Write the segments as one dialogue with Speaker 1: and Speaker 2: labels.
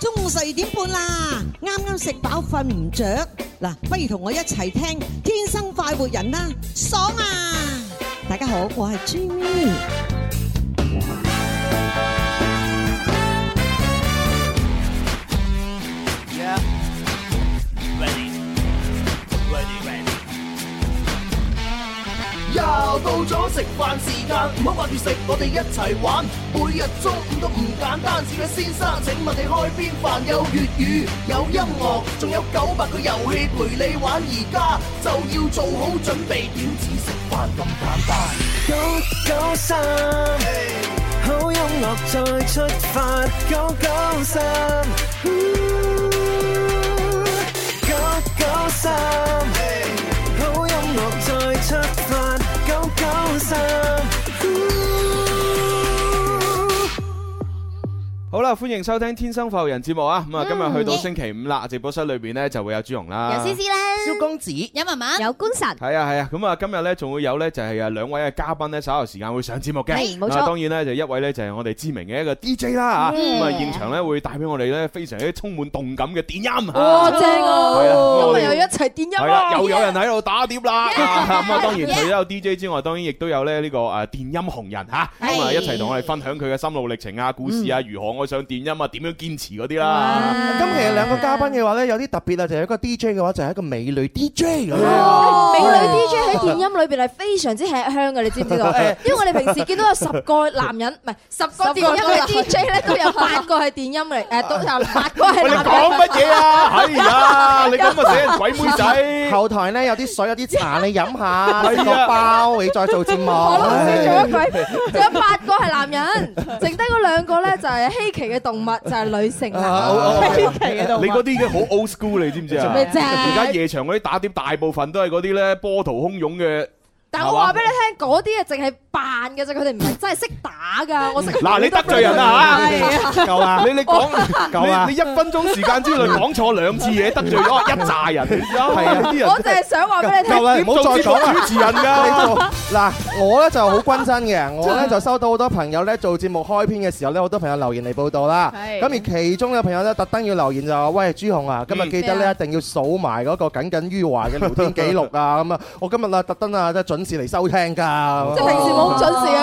Speaker 1: 中午十二點半啦，啱啱食飽瞓唔着，嗱，不如同我一齊聽《天生快活人》啦，爽啊！大家好，我係 Jimmy。
Speaker 2: Yeah. Ready. Ready, ready.
Speaker 3: 又到咗食飯時間，唔好掛住食，我哋一齊玩。每日中午都唔簡單，是嘅先生，請問你開邊飯？有粵語，有音樂，仲有九百個遊戲陪你玩。而家就要做好準備，點止食飯咁簡單？
Speaker 4: 九九三，好音樂再出發，九九三，九九三，好音樂再出發，九九三。
Speaker 5: 好啦，歡迎收聽《天生浮人》節目啊！咁
Speaker 6: 嗯
Speaker 5: 啊，今日去到星期五啦，直播室裏邊咧就會有朱容啦，
Speaker 7: 有思思啦，
Speaker 3: 蕭公子
Speaker 7: 有文文，有官神，
Speaker 5: 係啊係啊，咁啊今日咧仲會有咧就係啊兩位嘅嘉賓咧稍後時間會上節目嘅，
Speaker 7: 係冇錯
Speaker 5: 啊當然咧就一位咧就係我哋知名嘅一個 DJ 啦嚇，
Speaker 6: 嗯
Speaker 7: Yeah
Speaker 5: 咁啊現場咧會帶俾我哋咧非常之充滿動感嘅電音
Speaker 6: 哇，
Speaker 5: 嚇。
Speaker 6: 正
Speaker 5: 係啊
Speaker 6: 啊！
Speaker 5: 我
Speaker 6: 今
Speaker 5: 哋
Speaker 6: 日又一齊電音
Speaker 5: 係啦，
Speaker 6: 啊！
Speaker 5: 又有人喺度打碟啦，啊咁啊
Speaker 7: Yeah
Speaker 5: 當然除咗有 DJ 之外，當然亦都有咧呢個誒電音紅人嚇，咁啊
Speaker 7: 係
Speaker 5: 一齊同我哋分享佢嘅心路歷程啊、故事啊、如何愛上電音啊、點樣堅持嗰啲啦。
Speaker 3: 今期兩個嘉賓嘅話咧，有啲特別啊，就係一個 DJ 嘅話，就係一個美女 DJ 咁
Speaker 6: 哦美女 DJ 喺電音裏邊係非常之吃香嘅，你知唔知道？因為我哋平時見到有十個男人，唔係十個電音嘅 DJ 咧，都有八個係電音嚟，誒都有八個
Speaker 5: 喂，
Speaker 6: 係
Speaker 5: 你
Speaker 6: 男
Speaker 5: 講
Speaker 6: 人。
Speaker 5: 乜嘢啊？哎 呀，你咁啊死人鬼妹仔！
Speaker 3: 後台咧有啲水，有啲茶，你飲下，
Speaker 5: 食個
Speaker 3: 食個包，你再做節目。
Speaker 6: 啊我都唔知做乜鬼，仲有八個係男人，剩低嗰兩個咧就係稀奇嘅動物，就係女性啦。
Speaker 5: 你嗰啲已經好 old school，你知唔知啊？
Speaker 6: 做咩啫
Speaker 5: 而家夜場嗰啲打碟，大部分都係嗰啲咧波濤洶湧嘅。
Speaker 6: 但係我話俾你聽，嗰啲啊淨係扮嘅啫，佢哋唔係真係識打㗎。我識
Speaker 5: 嗱，你得罪人啦
Speaker 6: 係啊
Speaker 5: 嚇！夠啦！你你講夠啦！你一分鐘時間之內講錯兩次嘢，得罪咗一紮人，你知啊？係啊！啲人
Speaker 6: 我淨係想話俾你聽
Speaker 3: 夠。啦，
Speaker 5: 點
Speaker 3: 唔好
Speaker 5: 做
Speaker 3: 再
Speaker 5: 節目
Speaker 3: 講啦。
Speaker 5: 主持人㗎？
Speaker 3: 嗱，我咧就好均真嘅，我咧就收到好多朋友咧做節目開篇嘅時候咧，好多朋友留言嚟報道啦。
Speaker 6: 係
Speaker 3: 咁而其中有朋友咧特登要留言就話：喂，朱紅啊，今
Speaker 5: 嗯
Speaker 3: 日記得
Speaker 6: 咩
Speaker 3: 咧
Speaker 6: 啊
Speaker 3: 一定要數埋嗰個耿耿於懷嘅聊天記錄啊！咁啊，我今日啊特登啊即係準時嚟收聽
Speaker 5: 哦
Speaker 3: 㗎。啊
Speaker 6: 即係平時冇咁準時嘅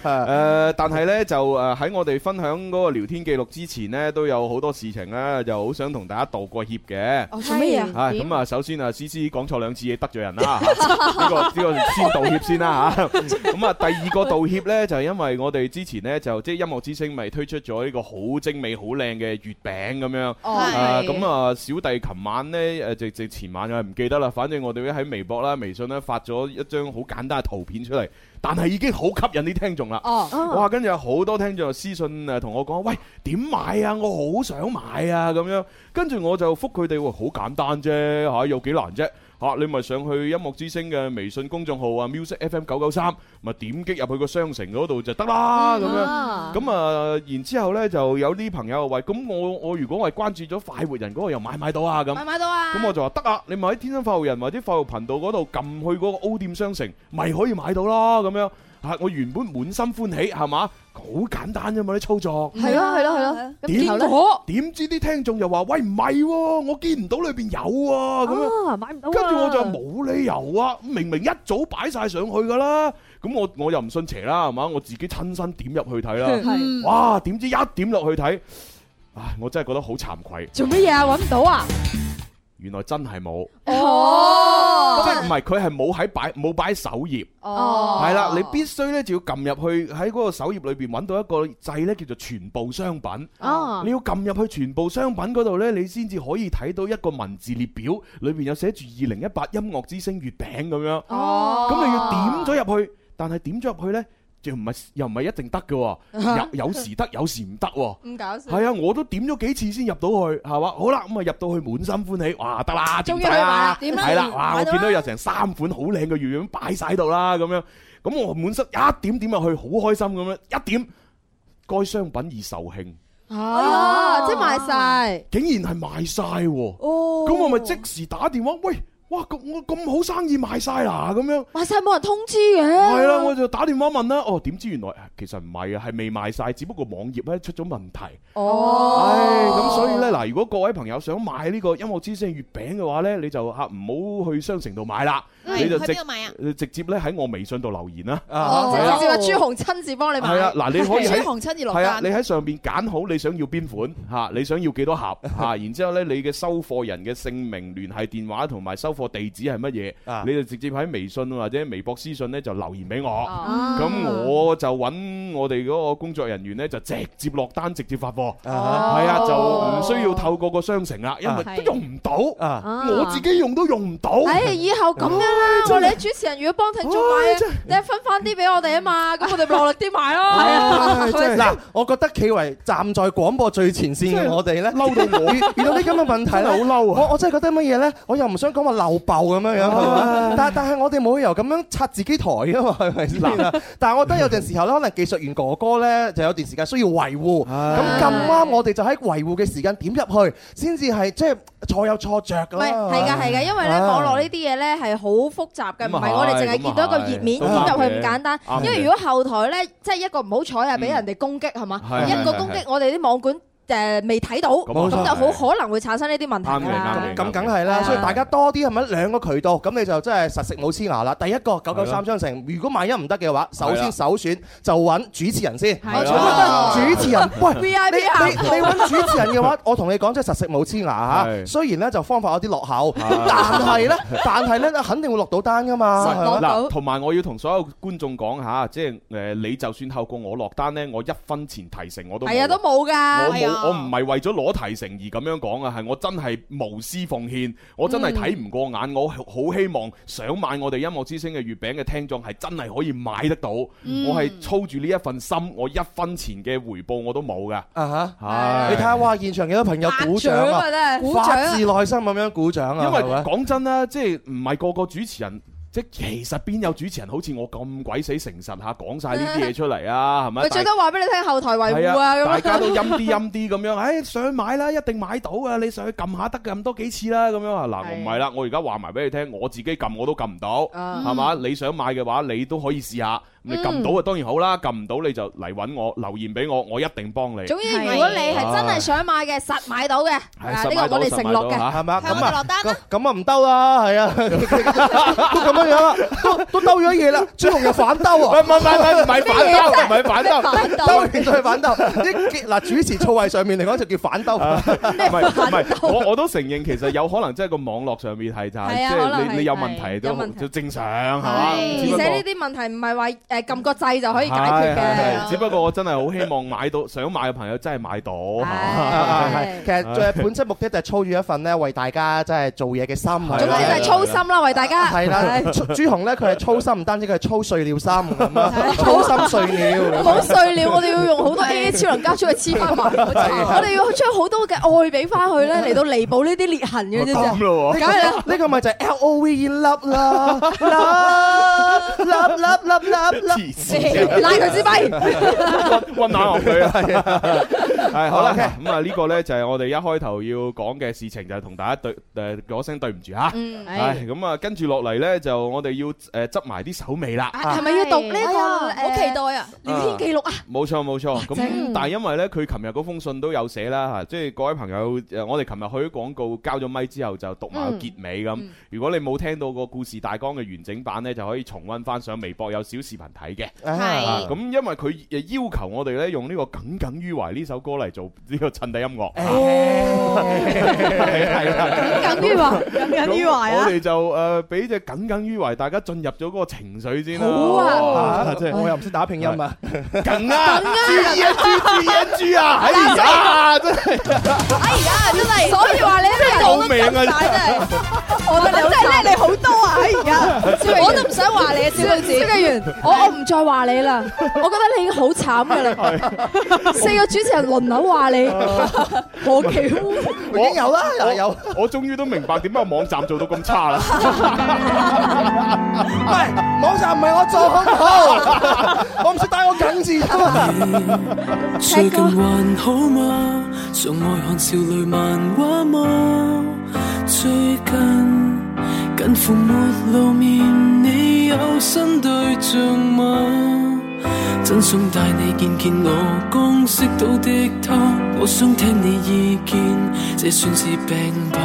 Speaker 5: 誒，但係咧就誒喺我哋分享嗰個聊天記錄之前咧，都有好多事情咧，就好想同大家道個歉嘅。
Speaker 6: 哦，做乜嘢啊？
Speaker 5: 啊，咁啊，首先啊，思思講錯兩次嘢得罪人啦， 啊呢個呢個先道歉先 啦嚇。咁啊，第二個道歉呢，就係因為我哋之前呢，就即係音樂之聲咪推出咗呢個好精美、好靚嘅月餅咁樣。
Speaker 6: 哦
Speaker 7: 係
Speaker 5: 啊，咁啊，小弟琴晚呢，誒，直直前晚啊，唔記得啦。反正我哋喺微博啦、微信咧發咗一張好簡單嘅圖片出嚟，但係已經好吸引啲聽眾啦。
Speaker 7: 哦，
Speaker 5: 哇！跟住有好多聽眾就私信誒呃同我講，喂點買啊？我好想買啊咁樣。跟住我就覆佢哋，喂好簡單啫嚇、有幾難啫嚇、你咪上去音樂之聲嘅微信公眾號啊，music FM 九九三，咪點擊入去個商城嗰度就得啦咁樣。
Speaker 7: 啊
Speaker 5: 咁啊，然之後呢，就有啲朋友話：喂，咁我我如果係關注咗快活人嗰個，又買唔買到啊？咁
Speaker 6: 買唔買到啊？
Speaker 5: 咁我就話得啊，你咪喺天生快活人或者快活頻道嗰度撳去嗰個 O 店商城，咪可以買到咯咁樣。嚇！我原本滿心歡喜係嘛，好簡單啫嘛啲操作。
Speaker 6: 係咯係咯係咯，
Speaker 5: 點
Speaker 6: 咁然後
Speaker 5: 點知啲聽眾又話：喂唔係喎，我見唔到裏邊有喎咁樣。
Speaker 7: 啊，買唔到啊
Speaker 5: 跟住我就話冇理由啊，明明一早擺晒上去㗎啦。咁我我又唔信邪啦係嘛，我自己親身點入去睇 啦。
Speaker 6: 咧，
Speaker 5: 哇！點知一點落去睇，唉，我真係覺得好慚愧，
Speaker 6: 做乜嘢啊？揾唔到啊？
Speaker 5: 原來真係冇，即
Speaker 6: 哦，
Speaker 5: 係唔係佢係冇喺擺冇擺喺首頁。
Speaker 6: 哦，
Speaker 5: 係啦，你必須咧就要撳入去喺嗰個首頁裏邊揾到一個掣咧，叫做全部商品。
Speaker 7: 哦
Speaker 5: 你要撳入去全部商品嗰度咧，你先至可以睇到一個文字列表，裏邊有寫住二零一八音樂之星月餅咁樣。
Speaker 6: 哦，
Speaker 5: 咁你要點咗入去，但係點咗入去咧，就唔係又唔係一定得嘅喎，有有時得，有時唔得喎。
Speaker 6: 咁搞笑，
Speaker 5: 係啊，我都點咗幾次先入到去，係嘛？好啦，咁啊入到去滿心歡喜，哇得啦，
Speaker 6: 終於
Speaker 5: 正仔啦，
Speaker 6: 去買啦點啦
Speaker 5: 係啦，哇！我
Speaker 6: 買到啦
Speaker 5: 見到有成三款好靚嘅魚咁擺晒喺度啦，咁樣，咁我滿心一點點入去，好開心咁樣，一點該商品已售罄，
Speaker 6: 啊，即係賣晒，
Speaker 5: 竟然係賣晒喎，
Speaker 6: 哦
Speaker 5: 咁我咪即時打電話，喂，哇咁我咁好生意賣晒啦咁樣。
Speaker 6: 哇！晒冇人通知嘅，
Speaker 5: 係啦，我就打電話問啦。哦，點知原來其實唔係啊，係未賣晒，只不過網頁咧出咗問題。
Speaker 6: 哦，
Speaker 5: 唉，咁所以呢，嗱，如果各位朋友想買呢個音樂之聲月餅嘅話呢，你就嚇唔好去商城度買啦，
Speaker 6: 嗯
Speaker 5: 你就直你直接咧喺我微信度留言啦。
Speaker 6: 啊哦，
Speaker 5: 係啊
Speaker 6: 直接話朱紅親自幫你買。
Speaker 5: 係啊，嗱，你 可以喺係啊，你
Speaker 7: Vâng
Speaker 5: 喺上邊揀好你想要邊款嚇、你想要幾多盒 嚇、然之後呢，你嘅收貨人嘅姓名、聯繫電話同埋收貨地址係乜嘢，
Speaker 3: 啊
Speaker 5: 你就直接喺微信或者微博私信呢就留言俾我，咁、
Speaker 6: 啊
Speaker 5: 我就揾我哋嗰個工作人員呢，就直接落單，直接發貨，係、啊，
Speaker 6: 哦
Speaker 5: 就唔需要透過個商城啦，因為
Speaker 7: 係
Speaker 5: 都用唔到，
Speaker 3: 啊，
Speaker 6: 啊
Speaker 5: 我自。己用都用唔到。
Speaker 6: 哎，以後咁樣啦，我哋啲主持人如果幫聽眾買
Speaker 5: 唉
Speaker 6: 啊
Speaker 5: 真係，
Speaker 6: 你分翻啲俾我哋啊嘛，咁我哋咪落力啲買
Speaker 3: 啊
Speaker 6: 咯。哦係
Speaker 3: 唉真係嗱，我覺得企為站在廣播最前線嘅我哋咧，
Speaker 5: 嬲到我
Speaker 3: 遇遇到啲咁嘅問題
Speaker 5: 真係好
Speaker 3: 咧，
Speaker 5: 嬲啊！
Speaker 3: 我我真係覺得乜嘢咧？我又唔想講話漏爆咁樣樣，係嘛但但係我哋冇理由咁樣拆自己台噶嘛，係咪先啊？但係我覺得有陣時候咧，可能技術員哥哥咧就有段時間需要維護，咁咁啱我哋就喺維護嘅時間點入去，先至係即係錯有錯着㗎
Speaker 6: 唔係，
Speaker 3: 啦。
Speaker 6: 係㗎，係㗎，因為咧
Speaker 3: 啊
Speaker 6: 網絡呢啲嘢咧係好複雜嘅，
Speaker 5: 咁
Speaker 6: 唔
Speaker 5: 啊
Speaker 6: 係我哋淨係見到一個
Speaker 5: 係
Speaker 6: 頁面
Speaker 5: 咁
Speaker 6: 點
Speaker 5: 啊
Speaker 6: 入去
Speaker 5: 係
Speaker 6: 咁簡單
Speaker 5: 啱。嘅
Speaker 6: 因為如果後台咧，即係一個唔好彩啊，俾
Speaker 5: 嗯
Speaker 6: 人哋攻擊係嘛
Speaker 5: 係，
Speaker 6: 一個
Speaker 5: 係
Speaker 6: 攻
Speaker 5: 係
Speaker 6: 擊我哋啲網管誒未睇到，
Speaker 5: 咁
Speaker 6: 咁
Speaker 5: 啊
Speaker 6: 就好可能會產生呢啲問題
Speaker 5: 啱嘅
Speaker 6: 㗎啦。
Speaker 5: 啱嘅
Speaker 3: 咁梗係啦，所以大家多啲係咪兩個渠道？咁你就真係實食冇黐牙啦。第一個九九三商城，如果萬一唔得嘅話，首
Speaker 5: 係啦
Speaker 3: 先首選就揾主持人先。
Speaker 5: 啦
Speaker 6: 係
Speaker 3: 我覺得主持 人，喂，你
Speaker 6: VIP 啊
Speaker 3: 你你揾主持人嘅話，我同你講真係實食冇黐牙嚇。
Speaker 5: 係
Speaker 3: 雖然咧就方法有啲落後，但係咧，但係咧肯定會落到單噶嘛。啊係咪
Speaker 6: 攞到
Speaker 5: 嗱，同埋我要同所有觀眾講下，即係誒，你就算透過我落單呢，我一分錢提成我都冇
Speaker 6: 係啊，都冇
Speaker 5: 我
Speaker 6: 㗎。
Speaker 7: 係啊
Speaker 5: 冇，我唔係為咗攞提成而咁樣講啊，係我真係無私奉獻，我真
Speaker 6: 嗯
Speaker 5: 係睇唔過眼，我好好希望想買我哋音樂之星嘅月餅嘅聽眾係真係可以買得到，
Speaker 6: 嗯
Speaker 5: 我係操住呢一份心，我一分錢嘅回報我都冇噶。
Speaker 3: 啊嚇！
Speaker 5: 係
Speaker 3: 你睇下哇，現場幾多朋友鼓掌
Speaker 6: 拍掌
Speaker 3: 啊
Speaker 6: 啊真係，鼓掌
Speaker 3: 發自內心咁樣鼓掌啊，
Speaker 5: 因為
Speaker 3: 係咪
Speaker 5: 講真啦，即係唔係個個主持人。即係其實邊有主持人好似我咁鬼死誠實嚇講晒呢啲嘢出嚟啊，係咪？
Speaker 6: 佢
Speaker 5: 大
Speaker 6: 最多話俾你聽後台維
Speaker 5: 係
Speaker 6: 護啊咁
Speaker 5: 大
Speaker 6: 樣。
Speaker 5: 家都陰啲陰啲咁樣，唉，上去買啦，一定買到啊！你上去撳下得咁多幾次啦，咁樣啊，嗱，我唔係啦，我而家話埋俾你聽，我自己撳我都撳唔到，
Speaker 6: 啊嗯
Speaker 5: 係嘛？你想買嘅話，你都可以試下，你撳到啊當然好啦，撳唔到你就嚟揾我留言俾我，我一定幫你。啊
Speaker 6: 總之，如果你係真係想買嘅，實買到嘅，啊
Speaker 5: 實買
Speaker 6: 呢個
Speaker 5: 到
Speaker 6: 我哋
Speaker 5: 實
Speaker 6: 承
Speaker 5: 買到
Speaker 6: 諾嘅。
Speaker 5: 嚇
Speaker 3: 係 咪啊？
Speaker 7: 向我
Speaker 3: 咁
Speaker 7: 哋
Speaker 3: 啊
Speaker 7: 落單啦
Speaker 3: 咁咁啊唔兜啦，係啊，都咁樣樣啦，都都兜咗嘢啦，朱紅又反兜
Speaker 5: 唔係
Speaker 3: 啊！
Speaker 5: 唔係唔 係唔係反兜，唔係反兜，
Speaker 3: 兜完再反兜，啲嗱主持錯位上面嚟講就叫反兜，
Speaker 5: 唔係唔係，我我都承認其實有可能即係個網絡上面係就係
Speaker 6: 係啊
Speaker 5: 即
Speaker 6: 可
Speaker 5: 係
Speaker 6: 能係
Speaker 5: 你你有問題
Speaker 6: 有
Speaker 5: 都
Speaker 6: 問題
Speaker 5: 就正常係嘛？
Speaker 6: 而
Speaker 5: 只不過
Speaker 6: 且呢啲問題唔係話誒撳個掣就可以解
Speaker 5: 係
Speaker 6: 決嘅
Speaker 5: 係係。只不過我真係好希望買到，想買嘅朋友真係買到。
Speaker 6: 係
Speaker 3: 啊啊係其實誒本質目的就係操住一份咧為大家真係做嘢嘅心，
Speaker 5: 係
Speaker 6: 總之就係操心啦，為大家。
Speaker 3: 係啦，朱朱紅咧佢係操心，唔單止佢係操碎了心咁樣，操心碎了。
Speaker 6: 冇碎料，我哋要用好多 A 超能膠出去黐翻埋，我哋要將好多嘅愛俾翻佢咧，嚟到彌補呢啲裂痕嘅啫。
Speaker 5: 咁咯喎。
Speaker 3: 梗係啦，呢個咪就係 L O V in love 啦，love love love love love love。
Speaker 5: 黐線
Speaker 6: 拉佢支咪，
Speaker 5: 温下落佢啊，係好啦，
Speaker 3: OK
Speaker 5: 咁啊呢個咧就係我哋一開頭要講嘅事情，就係同大家對誒講聲對唔住嚇。唉，咁啊跟住落嚟咧就我哋要誒執埋啲手尾啦。
Speaker 6: 係咪要讀呢
Speaker 1: 哎
Speaker 6: 個？聊天記錄啊！
Speaker 5: 嗯冇錯冇錯，咁但係因為咧，佢琴日嗰封信都有寫啦嚇，即係各位朋友誒，我哋琴日去咗廣告交咗咪之後就讀埋個結尾咁。如果你冇聽到個故事大綱嘅完整版咧，就可以重温翻上微博有小視頻睇嘅。啊咁因為佢誒要求我哋咧用呢個耿耿於懷呢首歌嚟做呢個襯底音樂，係啦。
Speaker 6: 耿於話，耿耿
Speaker 5: 咁
Speaker 3: 啊
Speaker 5: 我哋就誒俾只耿耿於懷，大家進入咗嗰個情緒先啦。
Speaker 6: 好啊
Speaker 5: 哇真係
Speaker 3: 我又唔識打拼音啊！
Speaker 5: 梗
Speaker 4: à?
Speaker 5: 啊，注意啊，注意啊，注意啊！哎呀，真係
Speaker 6: 哎呀，真係，所以話你真係
Speaker 5: 救命啊！
Speaker 6: 我覺得真係叻你好多啊！哎呀，我都唔想話你啊，小女子。消員，我我唔再話你啦，我覺得你已經好慘噶 啦。四個主持人輪流話你， 何其污！
Speaker 3: 已經有啦，又有。
Speaker 5: 哦我終於都明白點解網站做到咁差啦。
Speaker 3: 唔係網站唔係我做，好唔好？我唔識打我緊字啊嘛。
Speaker 8: 最近還好嗎？常愛看少女漫畫嗎？最近近乎沒露面，你有新對象嗎？真想帶你見見我剛識到的他，我想聽你意見，這算是病吧？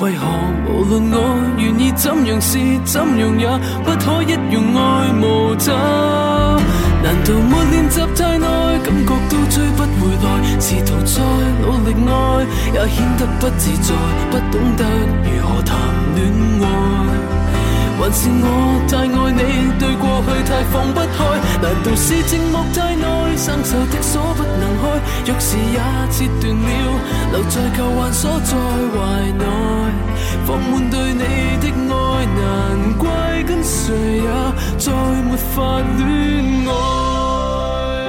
Speaker 8: 為何無論我願意怎樣試，怎樣也不可一樣愛慕他？難道沒練習太耐，感覺都追不回來？試圖再努力愛，也顯得不自在，不懂得如何談戀愛。還是我太愛你，對過去太放不開。難道是靜默太耐，生鏽的鎖不能開？鑰匙也切斷了，留在舊患鎖在懷內。放滿對你的愛，難怪跟誰也再沒法戀愛。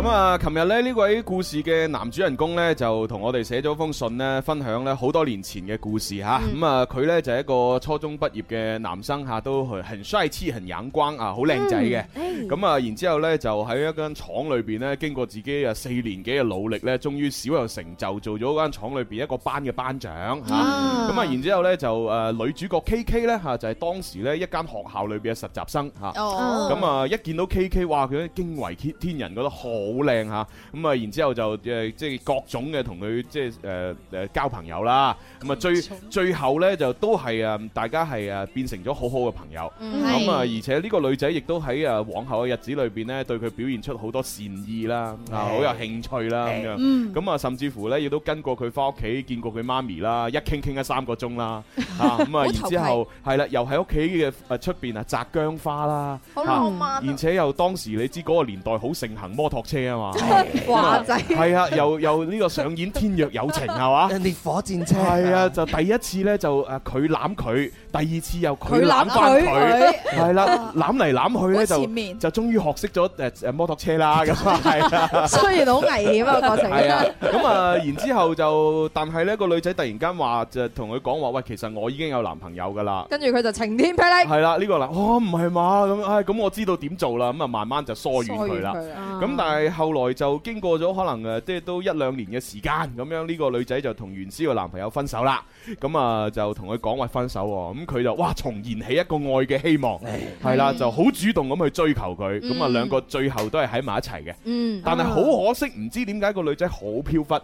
Speaker 5: 咁啊，琴日咧呢位故事嘅男主人公呢，就同我哋寫咗封信呢，分享呢好多年前嘅故事吓。咁啊，佢呢就係一個初中畢業嘅男生吓，都係很帥氣、很陽光啊，好靚仔嘅。咁啊，然之後呢，就喺一間廠裏邊呢，經過自己啊四年幾嘅努力呢，終於小有成就，做咗間廠裏邊一個班嘅班長吓。咁啊，然之後呢，就誒女主角 K K 呢，吓，就係當時呢一間學校裏邊嘅實習生吓。
Speaker 7: 哦，
Speaker 5: 咁啊，一見到 K K，哇！佢驚為天天人，覺得好靚嚇。咁啊，然之後就誒，即係各種嘅同佢即係誒誒交朋友啦。咁啊，最最後咧就都係誒，大家係誒變成咗好好嘅朋友。咁啊，而且呢個女仔亦都喺誒往後嘅日子裏邊咧，對佢表現出好多善意啦，啊，好有興趣啦咁樣。咁啊，甚至乎咧，亦都跟過佢翻屋企，見過佢媽咪啦，一傾傾咗三個鐘啦。啊，咁啊，然之後係啦，又喺屋企嘅誒出邊啊摘薑花啦。
Speaker 7: 好浪漫
Speaker 5: 而
Speaker 7: 啊！
Speaker 5: 且又當時你知嗰個年代好盛行摩托車啊嘛，
Speaker 6: 華仔，
Speaker 5: 係啊，又又呢個上演《天若有情》係嘛？
Speaker 3: 人烈火戰車
Speaker 5: 係啊，就第一次咧就誒佢攬佢，第二次又佢
Speaker 6: 佢攬
Speaker 5: 攬翻佢，
Speaker 6: 佢，
Speaker 5: 係啦，攬嚟攬去咧
Speaker 7: 好前
Speaker 5: 就
Speaker 7: 面
Speaker 5: 就終於學識咗誒誒摩托車啦咁啊，係啊。
Speaker 6: 雖然好危險啊個過程，
Speaker 5: 係啊，咁啊，然之後就，但係呢個女仔突然間話就同佢講話，喂，其實我已經有男朋友㗎啦。
Speaker 6: 跟住佢就晴天霹靂，
Speaker 5: 係啦，呢個啦，哦，唔係嘛，咁，唉，咁我知道點做啦，咁啊，慢慢就疏遠佢啦。
Speaker 6: 啊
Speaker 5: 咁但係後來就經過咗可能誒，呃即係都一兩年嘅時間咁樣，呢個女仔就同原先個男朋友分手啦。咁啊就同佢講話分手喎，咁佢就哇重燃起一個愛嘅希望，係
Speaker 6: 嗯
Speaker 5: 啦，就好主動咁去追求佢。咁啊兩個最後都係喺埋一齊嘅，
Speaker 6: 嗯，啊
Speaker 5: 但係好可惜，唔知點解個女仔好飄忽，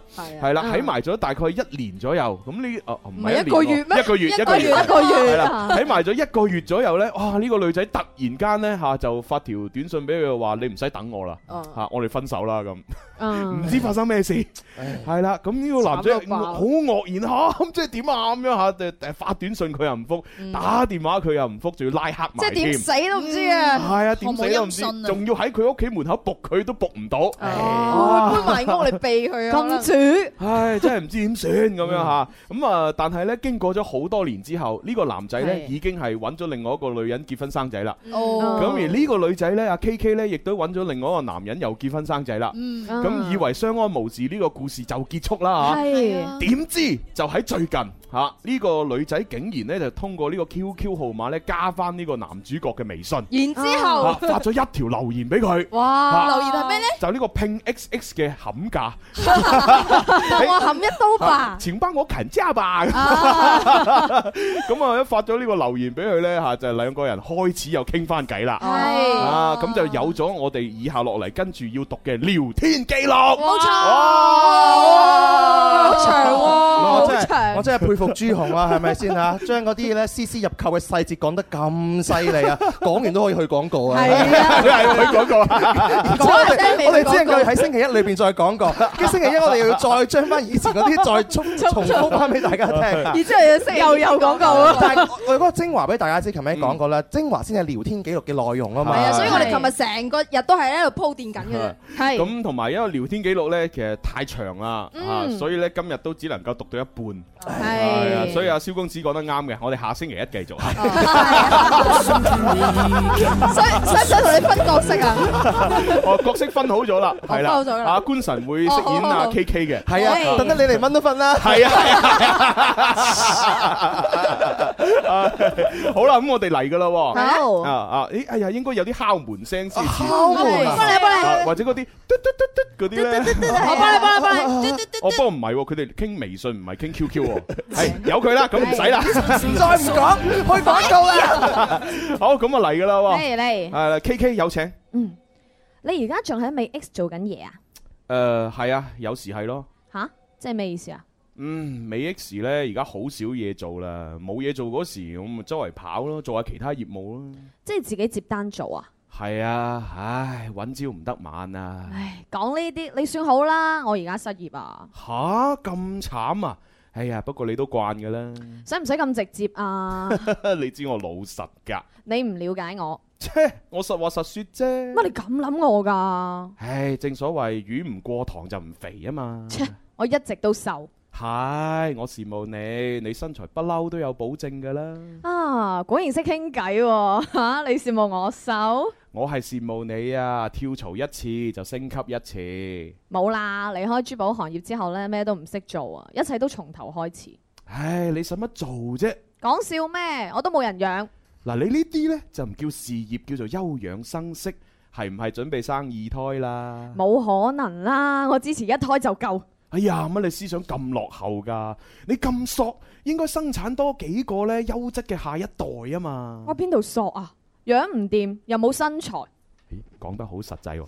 Speaker 5: 係啦，喺埋咗大概一年左右。咁呢哦唔
Speaker 6: 嗯唔
Speaker 5: 係
Speaker 6: 係
Speaker 5: 一
Speaker 6: 一個
Speaker 5: 年
Speaker 6: 月咩？
Speaker 5: 喎一個月一個月。
Speaker 6: 一個
Speaker 5: 係
Speaker 6: 月
Speaker 5: 啦，睇埋咗一個月左右呢，哇！呢、個女仔突然間呢，嚇、就發條短信俾佢話：你唔使等我啦，嚇、
Speaker 6: 哦
Speaker 5: 我哋分手啦咁。
Speaker 4: Ờ.
Speaker 5: 唔
Speaker 6: 嗯，
Speaker 5: 知發生咩事，係啦。咁呢個男
Speaker 6: 慘
Speaker 5: 仔
Speaker 6: 到爆
Speaker 5: 好愕然嚇，咁即係點啊？咁樣嚇，誒誒發短信佢又唔覆，打電話佢又唔覆，仲要拉黑
Speaker 6: 嗯
Speaker 5: 埋
Speaker 6: 即係點
Speaker 5: 添。
Speaker 6: 死都唔知啊！
Speaker 5: 係啊，點
Speaker 7: 毫無
Speaker 5: 死都唔
Speaker 7: 音
Speaker 5: 知，
Speaker 7: 訊啊
Speaker 5: 仲要喺佢屋企門口仆佢都仆唔到。
Speaker 7: 哦，搬埋屋嚟避佢啊！
Speaker 6: 咁嗯主
Speaker 5: 唉，真係唔知點算咁樣吓。咁啊，但係呢，經過咗好多年之後，呢個男仔呢
Speaker 6: 係嗯
Speaker 5: 已經係揾咗另外一個女人結婚生仔啦。
Speaker 7: 哦，
Speaker 5: 咁而呢個女仔呢，阿 K K 呢，亦都揾咗另外一個男人又結婚生仔啦。
Speaker 7: 嗯，
Speaker 5: 咁以為相安無事呢個故事就結束啦嚇。
Speaker 6: 啊係啊
Speaker 5: 點知就喺最近嚇，呢、個女仔竟然呢，就通過呢個 QQ 號碼呢，加翻呢個男主角嘅微信，嚇、
Speaker 6: 然之後，
Speaker 5: 發咗一條留言俾佢，
Speaker 6: 哇！
Speaker 7: 留言係咩咧？
Speaker 5: 啊就呢個拼 XX 嘅冚價，
Speaker 6: 當我冚一刀吧。
Speaker 5: 前班我勤揸吧。 咁啊，一發咗呢個留言俾佢呢，嚇，就兩個人開始又傾翻偈啦。
Speaker 6: 係
Speaker 5: 啊，咁就有咗我哋以下落嚟跟住要讀嘅聊天記錄。
Speaker 7: 冇
Speaker 3: 哦
Speaker 5: 哇
Speaker 6: 好長喎，
Speaker 3: 我
Speaker 6: 好
Speaker 3: 真係我
Speaker 6: 長。
Speaker 3: 真係佩服朱紅啊，係咪先 啊？將嗰啲咧絲絲入扣嘅細節講得咁犀利啊，講完都可以去廣告啊！
Speaker 6: 係啊，
Speaker 5: 佢係佢廣告啊！
Speaker 6: 講下聲未
Speaker 3: 我哋
Speaker 6: 講
Speaker 3: 只能夠
Speaker 6: 過
Speaker 3: 喺星期一裏邊再講過，跟住星期一我哋又要再將翻以前嗰啲再重重複翻俾大家聽啊。
Speaker 6: 然之後又識又有廣告啊。
Speaker 3: 但係我我嗰個精華俾大家知，琴日講過啦，精華先係聊天記錄嘅內容啊嘛。
Speaker 6: 係啊，所以我哋
Speaker 7: 係
Speaker 6: 琴日成個日都係喺度鋪墊緊嘅。係
Speaker 5: 啊咁同埋因為聊天記錄咧，其實太長啦，啊，所以咧今日都只能夠讀到一半。係啊，
Speaker 6: 係，
Speaker 5: 所以阿蕭公子講得啱嘅，我哋下星期一繼續啊。
Speaker 4: 哦
Speaker 6: 所以使唔使同你分角色
Speaker 5: à?
Speaker 6: 啊？ 哦
Speaker 5: 哦，角色分好咗啦，係啦
Speaker 6: 分好咗，啦
Speaker 5: 啊，官神會飾演
Speaker 6: 哦好
Speaker 5: 阿
Speaker 6: 好
Speaker 5: K K 嘅。
Speaker 3: 係啊，
Speaker 6: 係
Speaker 3: 等得你嚟蚊都瞓啦。
Speaker 5: 係啊，係啊， 好啦，咁我哋嚟噶啦喎，啊啊，咦，哎呀，應該有啲敲門聲先
Speaker 6: 哦
Speaker 5: 至，
Speaker 3: 敲門
Speaker 6: 幫你幫
Speaker 5: 啊
Speaker 6: 你，
Speaker 5: 或者嗰啲嘟嘟嘟嘟嗰啲咧，
Speaker 3: Ờ,
Speaker 5: 哦
Speaker 6: 我幫你幫你幫你。
Speaker 5: 我不過唔係喎，佢哋傾微信唔係傾 QQ 喎，系有佢啦，咁唔使啦，
Speaker 3: 再唔講，去廣告啦。
Speaker 5: 好，咁啊嚟噶啦喎，
Speaker 1: 嚟嚟，
Speaker 5: 诶，K K 有請，
Speaker 1: 你而家仲喺美 X 做緊嘢啊？
Speaker 5: 诶係啊，有時係咯。
Speaker 1: 吓，即係咩意思啊？
Speaker 5: 嗯，美 X 咧而家好少嘢做啦，冇嘢做嗰時，我咪周圍跑咯，做下其他業務咯。
Speaker 1: 即係自己接單做啊？
Speaker 5: 係啊，唉，揾朝唔得晚啊！
Speaker 1: 唉，講呢啲你算好啦，我而家失業啊，
Speaker 5: 吓咁慘啊！哎呀，不過你都慣噶啦，
Speaker 1: 使唔使咁直接啊？
Speaker 5: 你知我老實噶，
Speaker 1: 你唔了解我，
Speaker 5: 切，我實話實說啫。
Speaker 1: 乜你咁諗我㗎？
Speaker 5: 唉，正所謂魚唔過塘就唔肥啊嘛。
Speaker 1: 切我一直都瘦
Speaker 5: 係，我羨慕你，你身材不嬲都有保證噶啦。
Speaker 1: 啊，果然識傾偈喎 嚇，你羨慕我瘦？
Speaker 5: 我係羨慕你啊，跳槽一次就升級一次。
Speaker 1: 冇啦，離開珠寶行業之後呢，咩都唔識做啊，一切都從頭開始。
Speaker 5: 唉，你使乜做啫？
Speaker 1: 講笑咩？我都冇人養。
Speaker 5: 嗱，你呢啲呢，就唔叫事業，叫做休養生息，係唔係準備生二胎啦？
Speaker 1: 冇可能啦！我支持一胎就夠。
Speaker 5: 哎呀，乜你思想咁落後噶？你咁索，應該生產多幾個呢優質嘅下一代啊嘛
Speaker 1: 我！邊度索啊？養唔掂又冇 身材，
Speaker 5: 咦講得好實際喎，唔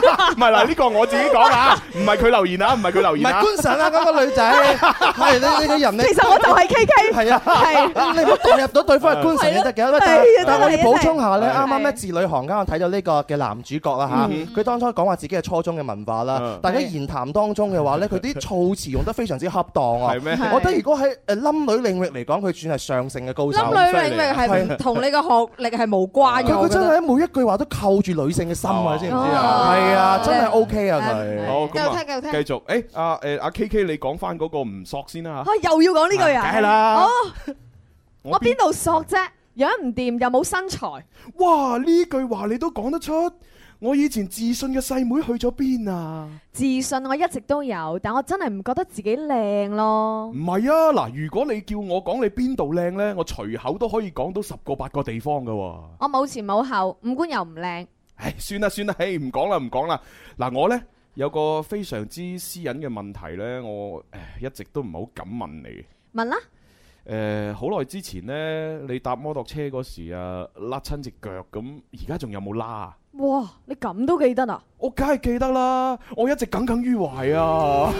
Speaker 5: 係嗱，呢個我自己講啊，唔係佢留言啊，唔係佢留
Speaker 3: 唔
Speaker 5: 言
Speaker 3: 係
Speaker 5: 啊。
Speaker 3: 官神啊，嗰個 女仔係你你個人你
Speaker 1: 其實我就係 K K。
Speaker 3: 係啊。
Speaker 1: 係
Speaker 3: 你唔好代入到對方嘅觀神先得嘅，喂但係
Speaker 1: 係啊
Speaker 3: 但係我
Speaker 1: 真
Speaker 3: 要
Speaker 1: 係
Speaker 3: 補充下咧，
Speaker 5: 真係
Speaker 3: 啱啱咧字裏行間我睇到呢個嘅男主角啦
Speaker 1: 嗯
Speaker 3: 嚇，佢當初講話自己係初中嘅文化啦
Speaker 5: 嗯，
Speaker 3: 但係喺言談當中嘅話咧，佢啲措辭用得非常之恰當啊
Speaker 5: 係。咩？
Speaker 7: 係
Speaker 3: 我覺得如果喺誒冧女領域嚟講，佢算係上乘嘅高手。
Speaker 6: 冧女領域係唔同你嘅學歷啊係無關嘅，
Speaker 3: 佢
Speaker 6: 我
Speaker 3: 佢
Speaker 6: 覺
Speaker 3: 真
Speaker 6: 得。
Speaker 3: 係每一句話都扣住女性嘅心啊，知唔知啊？
Speaker 6: 哦
Speaker 3: 係啊，真係 OK 啊佢。
Speaker 5: 好咁
Speaker 7: 夠
Speaker 5: 啊，
Speaker 7: 聽夠聽
Speaker 5: 繼，續。誒阿誒阿 K K，你講翻嗰個唔索先啦嚇。
Speaker 1: 啊，又要講呢句
Speaker 5: 梗
Speaker 1: 啊？
Speaker 5: 係啦
Speaker 1: 哦，
Speaker 5: 我
Speaker 1: 我邊度索啫？養唔掂又冇身材，
Speaker 5: 哇！呢句話你都講得出，我以前自信嘅細妹去咗邊啊？
Speaker 1: 自信我一直都有，但我真係唔覺得自己靚咯
Speaker 5: 唔。係啊，嗱，如果你叫我講你邊度靚呢，我隨口都可以講到十個八個地方噶、喎。
Speaker 1: 我冇前冇後，五官又唔靚，
Speaker 5: 唉，算啦算啦，唉，唔講啦唔講啦。嗱，我呢，有個非常之私隱嘅問題呢，我唉一直都唔係好敢問你。
Speaker 1: 問啦，
Speaker 5: 誒好耐之前呢，你搭摩托車嗰時啊，甩親只腳咁，而家仲有冇拉啊？
Speaker 1: 哇，你咁都記得啊？
Speaker 5: 我梗係記得啦，我一直耿耿於懷啊！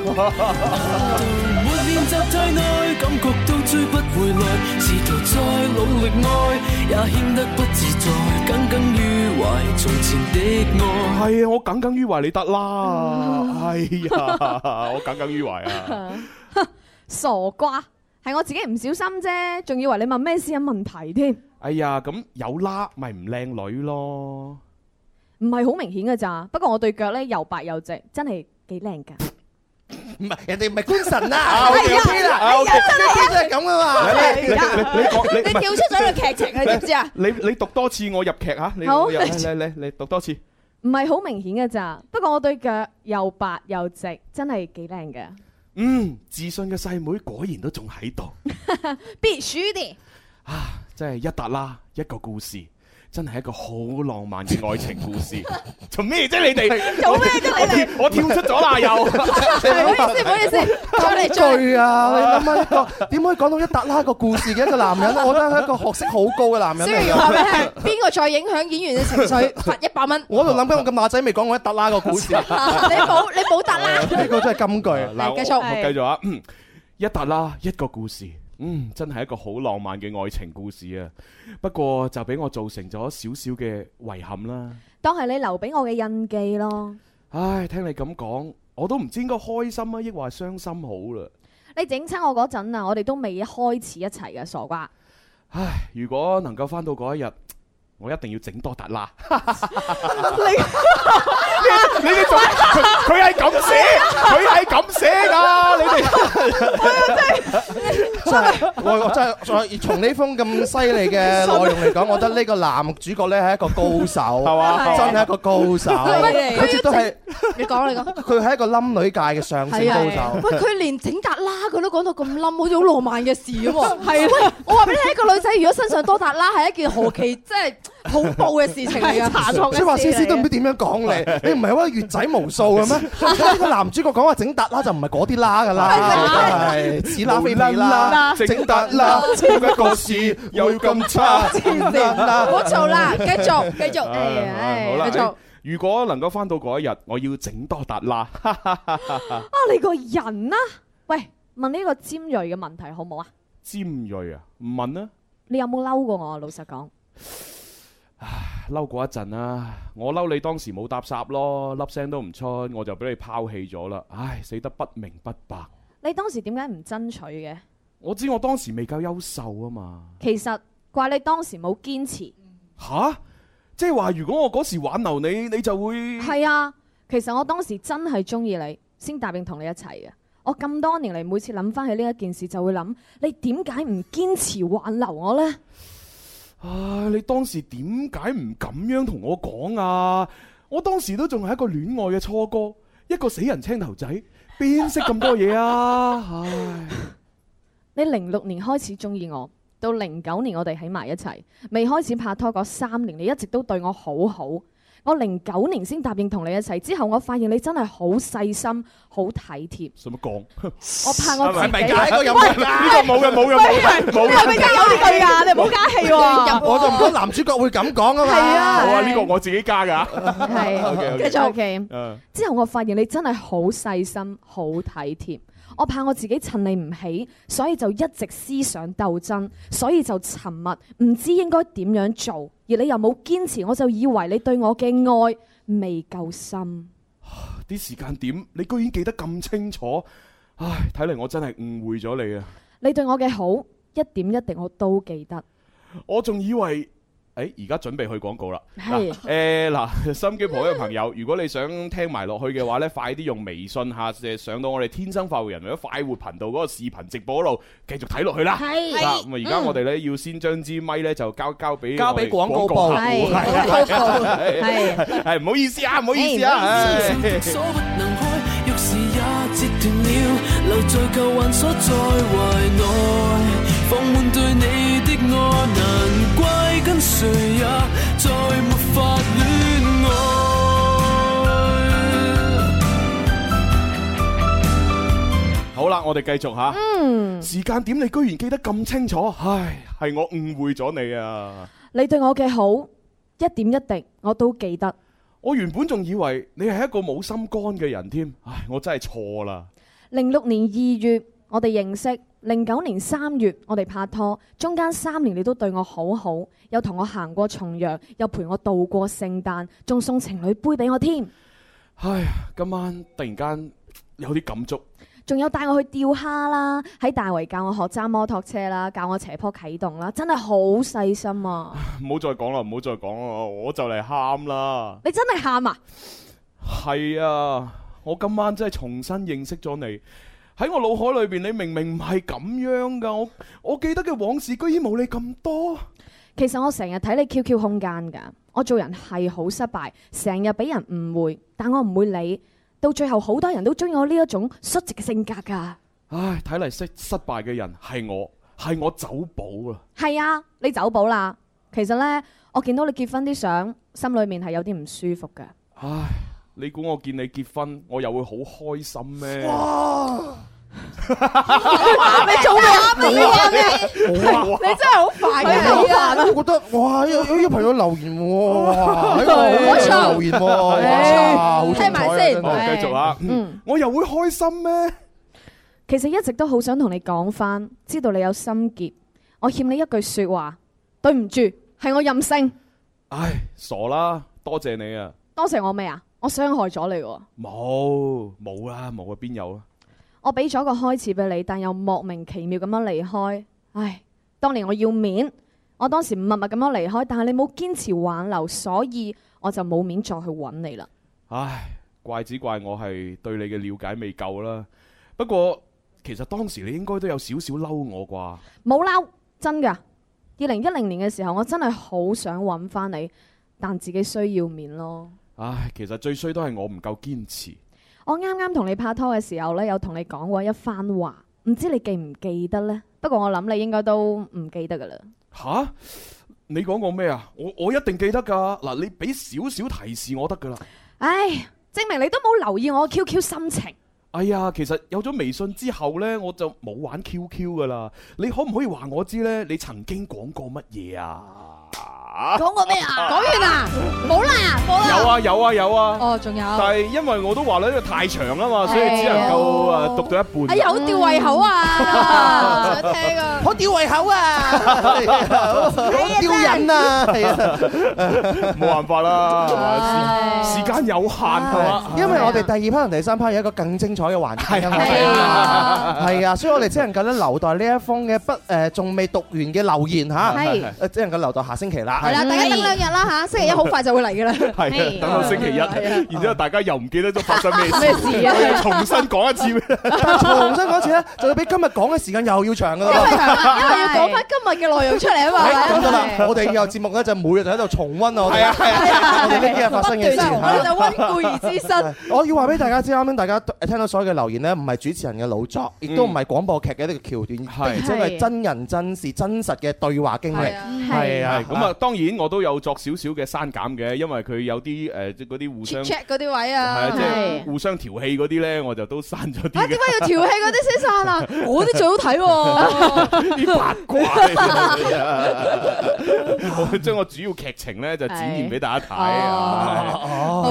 Speaker 8: 沒練習太耐，感覺都追不回來。試圖再努力愛，也顯得不自在，耿耿於懷從前的愛。
Speaker 5: 係啊，我耿耿於懷你得啦，係呀，我耿耿於懷啊！
Speaker 1: 傻瓜，係我自己唔小心啫，仲以為你問咩私隱問題添，
Speaker 5: 哎呀，咁有啦，咪唔靚女咯。
Speaker 1: 唔係好明顯㗎咋。不過我對腳呢又白又直，真係幾靚㗎。
Speaker 3: 唔係人哋唔係官神啊，OK 啦
Speaker 5: 啊，OK，
Speaker 3: ，OK 就係咁啊嘛。
Speaker 5: 你你你你講你
Speaker 6: 你
Speaker 5: 唔係
Speaker 6: 跳出咗個劇情，你知唔知啊？
Speaker 5: 你你讀多次我入劇啊嚇，你
Speaker 1: 好
Speaker 5: 你你你你讀多次。
Speaker 1: 唔係好明顯嘅咋，不過我對腳又白又直，真係幾靚嘅。
Speaker 5: 嗯，自信嘅細妹果然都仲喺度，
Speaker 1: 必須的，
Speaker 5: 真係一笪啦，一個故事。真係一個好浪漫嘅愛情故事，做咩啫你哋？
Speaker 1: 做咩啫你哋？
Speaker 5: 我跳出咗啦又。
Speaker 1: 唔好意思，唔好意思，再嚟再嚟。
Speaker 3: 句啊！你諗下一個點可以講到一笪啦個故事嘅一個男人，我覺得係一個學識好高嘅男人
Speaker 6: 蕭
Speaker 3: 嚟
Speaker 6: 耀
Speaker 3: 㗎。
Speaker 6: 話俾你聽，邊個再影響演員嘅情 緒，罰一百蚊。
Speaker 3: 我喺度諗緊，我嘅馬仔未講過一笪啦個故事，呢
Speaker 6: 啊你冇你冇得啦。
Speaker 3: 個真係金句。
Speaker 5: 嗱，
Speaker 6: 嚟繼續
Speaker 5: 我我繼續啊，嗯一笪啦，一個故事，嗯，真係一個好浪漫嘅愛情故事啊。不過就俾我造成咗少少嘅遺憾啦。
Speaker 1: 當係你留俾我嘅印記咯。
Speaker 5: 唉，聽你咁講，我都唔知應該開心啊，抑或係傷心好啦。
Speaker 1: 你整親我嗰陣啊，我哋都未開始一齊嘅，傻瓜。啊
Speaker 5: 唉，如果能夠翻到嗰一日，我一定要整多笪啦。你哋做佢佢係咁寫，佢係咁寫㗎，你哋
Speaker 3: 真係，我我真係再從呢封咁犀利嘅內容嚟講，我覺得呢個男主角咧係一個高
Speaker 5: 係
Speaker 3: 手，
Speaker 5: 嘛？
Speaker 3: 真係一個高手。
Speaker 6: 喂
Speaker 3: 佢絕對係
Speaker 6: 你講你講，
Speaker 3: 佢係一個冧女界嘅上升高手。
Speaker 6: 啊喂，佢連整達啦，佢都講到咁冧，好似好浪漫嘅事咁喎。係喂，我話俾你聽，一個女仔如果身上多笪啦，係一件何其即係恐怖嘅事情嚟啊！
Speaker 3: 所以話思思都唔知點樣講你，你唔係話月仔無數 嘅咩？呢個男主角講話整笪啦，就唔係嗰啲啦 㗎啦，係似啦非啦啦，整笪啦，一個事有咁差，
Speaker 6: 黐線唔 好做啦，繼續哎繼續，
Speaker 5: 唉
Speaker 6: 唉
Speaker 5: 好
Speaker 6: 唉，繼續
Speaker 5: 啦。，如果能夠翻到嗰一日，我要整多笪啦。
Speaker 1: 啊，你個人啊，喂，問呢個尖鋭嘅問題好唔好啊？
Speaker 5: 尖鋭啊，唔問啦，
Speaker 1: 你有冇嬲過我啊？老實講，
Speaker 5: 嬲過一陣啦。我嬲你當時冇搭霎咯，粒聲都唔出，我就俾你拋棄咗啦。唉，死得不明不白。
Speaker 1: 你當時點解唔爭取嘅？
Speaker 5: 我知我當時未夠優秀啊嘛。
Speaker 1: 其實怪你當時冇堅持。
Speaker 5: 吓？即係話如果我嗰時挽留你，你就會
Speaker 1: 係啊，其實我當時真係中意你，先答應同你一齊嘅。我咁多年嚟，每次諗翻起呢一件事，就會諗你點解唔堅持挽留我呢？
Speaker 5: 唉，你當時點解唔咁樣同我講啊？我當時都仲係一個戀愛嘅初哥，一個死人青頭仔，邊識咁多嘢啊？唉，
Speaker 1: 你零六年開始中意我，到零九年我哋喺埋一齊，未開始拍拖嗰三年，你一直都對我好好。我零九年先答應同你一齊，之後我發現你真係好細心、好體貼。
Speaker 5: 使乜講？
Speaker 1: 我怕我自己，
Speaker 5: 呢個冇嘅，冇嘅，冇嘅，冇嘅。
Speaker 6: 真係有呢句㗎，你唔好加氣喎。
Speaker 3: 我就唔覺得男主角會咁講啊嘛。
Speaker 5: 冇啊！呢個我自己加㗎。
Speaker 1: 係
Speaker 5: OK，OK
Speaker 1: 繼續 OK。
Speaker 5: 誒
Speaker 1: 之後我發現你真係好細心、好體貼。我怕我自己襯你唔起，所以就一直思想鬥爭，所以就沉默，唔知應該點樣做。而你又冇堅持，我就以為你對我嘅愛未夠深。
Speaker 5: 啲時間點，你居然記得咁清楚，唉，睇嚟我真係誤會咗你啊！
Speaker 1: 你對我嘅好一點一滴我都記得。
Speaker 5: 我仲以為，誒而家準備去廣告啦。
Speaker 1: 係
Speaker 5: 誒嗱， 心機旁嘅朋友，如果你想聽埋落去嘅話呢，快啲用微信嚇，誒上到我哋天生快活人或者快活頻道嗰個視頻直播嗰度繼續睇落去啦。
Speaker 1: 係
Speaker 5: 嗱咁啊，而家我哋呢，要先將支咪呢就交交俾
Speaker 3: 交俾
Speaker 5: 我哋
Speaker 3: 廣告部
Speaker 5: 客戶
Speaker 1: 係
Speaker 5: 係
Speaker 1: 係
Speaker 5: 係係唔好意思啊，唔好意思啊，唉
Speaker 8: 所不能開，玉匙也折斷了，留在舊患鎖在懷內，放滿對你的愛，難怪跟誰也再沒法戀愛。
Speaker 5: 好啦，我哋繼續嚇。嗯，時間點你居然記得咁清楚，唉，係我誤會咗你啊！
Speaker 1: 你對我嘅好一點一滴我都記得。
Speaker 5: 我原本仲以為你係一個冇心肝嘅人添，唉，我真係錯啦。
Speaker 1: 零六年二月我哋認識，零九年三月我哋拍拖，中間三年你都對我好好，又同我行過重陽，又陪我度過聖誕，仲送情侶杯俾我添，
Speaker 5: 唉，今晚突然間有啲感觸，
Speaker 1: 仲有帶我去釣蝦啦，喺大圍教我學揸摩托車啦，教我斜坡啟動啦，真係好細心啊！
Speaker 5: 唔好再講啦，唔好再講啦，我就嚟喊啦。
Speaker 1: 你真係喊啊！
Speaker 5: 係啊，我今晚真係重新認識咗你。喺我腦海裏邊，你明明唔係咁樣噶，我我記得嘅往事居然冇你咁多。
Speaker 1: 其實我成日睇你 QQ 空間㗎，我做人係好失敗，成日俾人誤會，但我唔會理。到最後好多人都中意我呢一種率直嘅性格㗎。
Speaker 5: 唉，睇嚟失失敗嘅人係我，係我走寶啊！
Speaker 1: 係啊，你走寶啦。其實呢，我見到你結婚啲相，心裏面係有啲唔舒服㗎。
Speaker 5: 唉，你估我見你結婚，我又會好開心咩？
Speaker 6: 你做咩？你話咩？
Speaker 3: 哇！
Speaker 6: 你真係好煩嘅你啊！
Speaker 3: 我覺得哇，有有朋友留言喎，哇，留言喎，好
Speaker 5: 哦，
Speaker 6: 唉
Speaker 5: 繼續啊！
Speaker 1: 嗯，
Speaker 5: 我又會開心咩？
Speaker 1: 其實一直都好想同你講翻，知道你有心結，我欠你一句說話，對唔住，係我任性。
Speaker 5: 唉，傻啦！多謝你啊！
Speaker 1: 多謝我咩啊？我傷害咗你喎。
Speaker 5: 冇冇啦，冇啊，邊有啊？
Speaker 1: 我俾咗個開始俾你，但又莫名其妙咁樣離開。唉，當年我要面，我當時默默咁樣離開，但係你冇堅持挽留，所以我就冇面再去揾你啦。
Speaker 5: 唉，怪只怪我係對你嘅了解未夠啦。不過其實當時你應該都有少少嬲我啩。
Speaker 1: 冇嬲，真噶。二零一零年嘅時候，我真係好想揾翻你，但自己需要面咯。
Speaker 5: 唉，其實最衰都係我唔夠堅持。
Speaker 1: 我啱啱同你拍拖嘅時候呢，有同你講過一番話，唔知你記唔記得呢？不過我諗你應該都唔記得噶啦。
Speaker 5: 吓？你講過咩啊？我我一定記得㗎。嗱，你俾少少提示我得㗎啦。
Speaker 1: 唉，證明你都冇留意我 QQ 心情。
Speaker 5: 哎呀，其實有咗微信之後呢，我就冇玩 QQ 噶啦。你可唔可以話我知呢？你曾經講過乜嘢啊？
Speaker 7: 講過咩啊？講完啦，冇啦，冇啦。
Speaker 5: 有啊有啊有啊！
Speaker 6: 哦，仲有，
Speaker 5: 但係因為我都話啦，因為太長啦嘛，所以只能夠啊讀到一
Speaker 6: 哎
Speaker 5: 半。
Speaker 6: 呀，好吊胃口
Speaker 3: 嗯
Speaker 6: 啊！
Speaker 7: 想聽啊！
Speaker 9: 好吊胃口啊，好吊人啊，係啊。
Speaker 5: 冇辦法啦，係嘛時時間有限啊係嘛？
Speaker 3: 啊因為我哋第二 part 同第三 part 有一個更精彩嘅環節啊嘛，
Speaker 6: 係啊
Speaker 3: 係啊，所以我哋只能夠咧留待呢一封嘅不誒仲未讀完嘅留言嚇，呃
Speaker 6: 係
Speaker 3: 誒只能夠留待下星期啦。
Speaker 6: 係啦，大家等兩日啦吓，星期一好快就會嚟噶啦。
Speaker 5: 係等到星期一，
Speaker 6: 啊
Speaker 5: 然之後大家又唔記得咗發生咩事， 重新講一次咩？
Speaker 3: 但係重新講一次咧，就要比今日講嘅時間又要長㗎
Speaker 6: 因為啊
Speaker 3: 啦。
Speaker 6: 因為要講翻今日嘅內容出嚟啊嘛。
Speaker 3: 咁得啦，我哋以後節目咧就每日就喺度重温我哋，我哋呢幾日發生嘅事嚇。
Speaker 6: 就温故而知新。
Speaker 3: 我要話俾大家知，啱啱大家聽到所有嘅留言呢，唔係主持人嘅老作，亦都唔係廣播劇嘅呢個橋段，
Speaker 5: 係
Speaker 3: 而且係真人真事、真實嘅對話經歷。係啊
Speaker 5: 係，咁啊，當然我都有作少少嘅刪減嘅，因為佢有啲誒即係嗰啲互相
Speaker 6: check check 嗰啲位
Speaker 5: 係啊，即
Speaker 6: 啊。
Speaker 5: 係互相調戲嗰啲咧，我就都刪咗
Speaker 6: 啊！
Speaker 5: 啲嘅
Speaker 6: 點解要調戲嗰啲 先散啊？我啲最好睇喎。
Speaker 5: 啲八卦嚟嘅，我將我主要劇情咧就展現俾大家睇
Speaker 6: 哦
Speaker 5: 啊。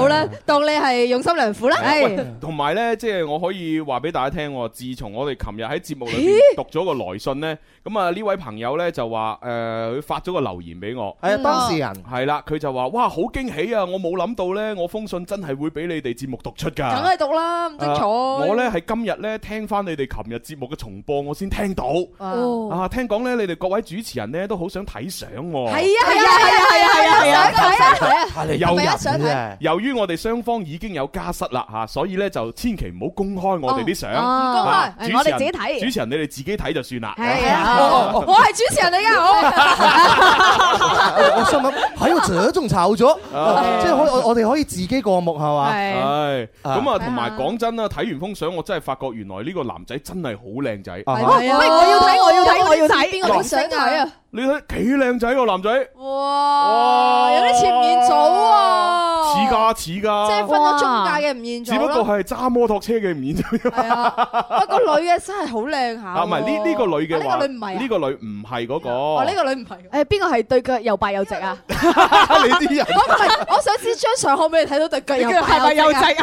Speaker 6: 好啦，當你係用心良苦啦。唉，
Speaker 5: 同埋咧，即係我可以話俾大家聽喎，自從我哋琴日喺節目裏邊讀咗個來信咧，咁啊呢位朋友咧就話誒，佢發咗個留言俾我。
Speaker 6: 嗯
Speaker 3: 係啊，當事人。
Speaker 5: 係啦，佢就話：哇，好驚喜啊！我冇諗到呢，我封信真係會俾你哋節目讀出㗎。
Speaker 6: 梗係讀啦，唔精彩。
Speaker 5: 啊我呢係今日呢聽翻你哋琴日節目嘅重播，我先聽到。
Speaker 6: 哦。
Speaker 5: 啊，聽講呢，你哋各位主持人呢都好想睇相喎。
Speaker 6: 係啊係啊係啊係啊係啊！想睇啊！
Speaker 3: 係你
Speaker 5: 有人
Speaker 3: 想睇，
Speaker 5: 由於我哋雙方已經有家室啦嚇，所以呢就千祈唔好公開我哋啲相。
Speaker 6: 唔公開
Speaker 5: 啊
Speaker 6: 誒我哋自己
Speaker 5: 主
Speaker 6: 睇。
Speaker 5: 持人你哋自己睇就算啦。
Speaker 6: 係啊，我係主持人嚟㗎，
Speaker 3: 我我心諗喺度扯仲炒咗，即係可以我我哋可以自己過目係嘛？
Speaker 6: 係
Speaker 5: 唉，
Speaker 3: 啊
Speaker 5: 咁啊，同埋講真啦，睇完封相，我真係發覺原來呢個男仔真係好靚仔。
Speaker 3: 啊
Speaker 6: 喂，我要睇，我要睇，我要睇，邊
Speaker 7: 個好想睇啊？
Speaker 5: 你睇幾靚仔個男仔？
Speaker 6: 哇，有啲似吳彥祖啊！
Speaker 5: 似，噶似
Speaker 6: 即係
Speaker 5: 噶，
Speaker 6: 分咗中介嘅吳彥祖
Speaker 5: 只不過
Speaker 6: 咯。
Speaker 5: 係揸摩托車嘅面啫。
Speaker 6: 係啊，不過女嘅真係好靚下。
Speaker 5: 啊，唔係呢呢個女嘅
Speaker 6: 啊
Speaker 5: 話，
Speaker 6: 呢個女唔係啊
Speaker 5: 呢個女唔係嗰
Speaker 6: 哦，
Speaker 5: 個
Speaker 6: 呢。個女唔係。
Speaker 1: 誒，邊個係對腳又白又直啊？
Speaker 3: 你啲人
Speaker 6: 我唔係，我想知張相可唔可以睇到對腳有係啊咪有仔？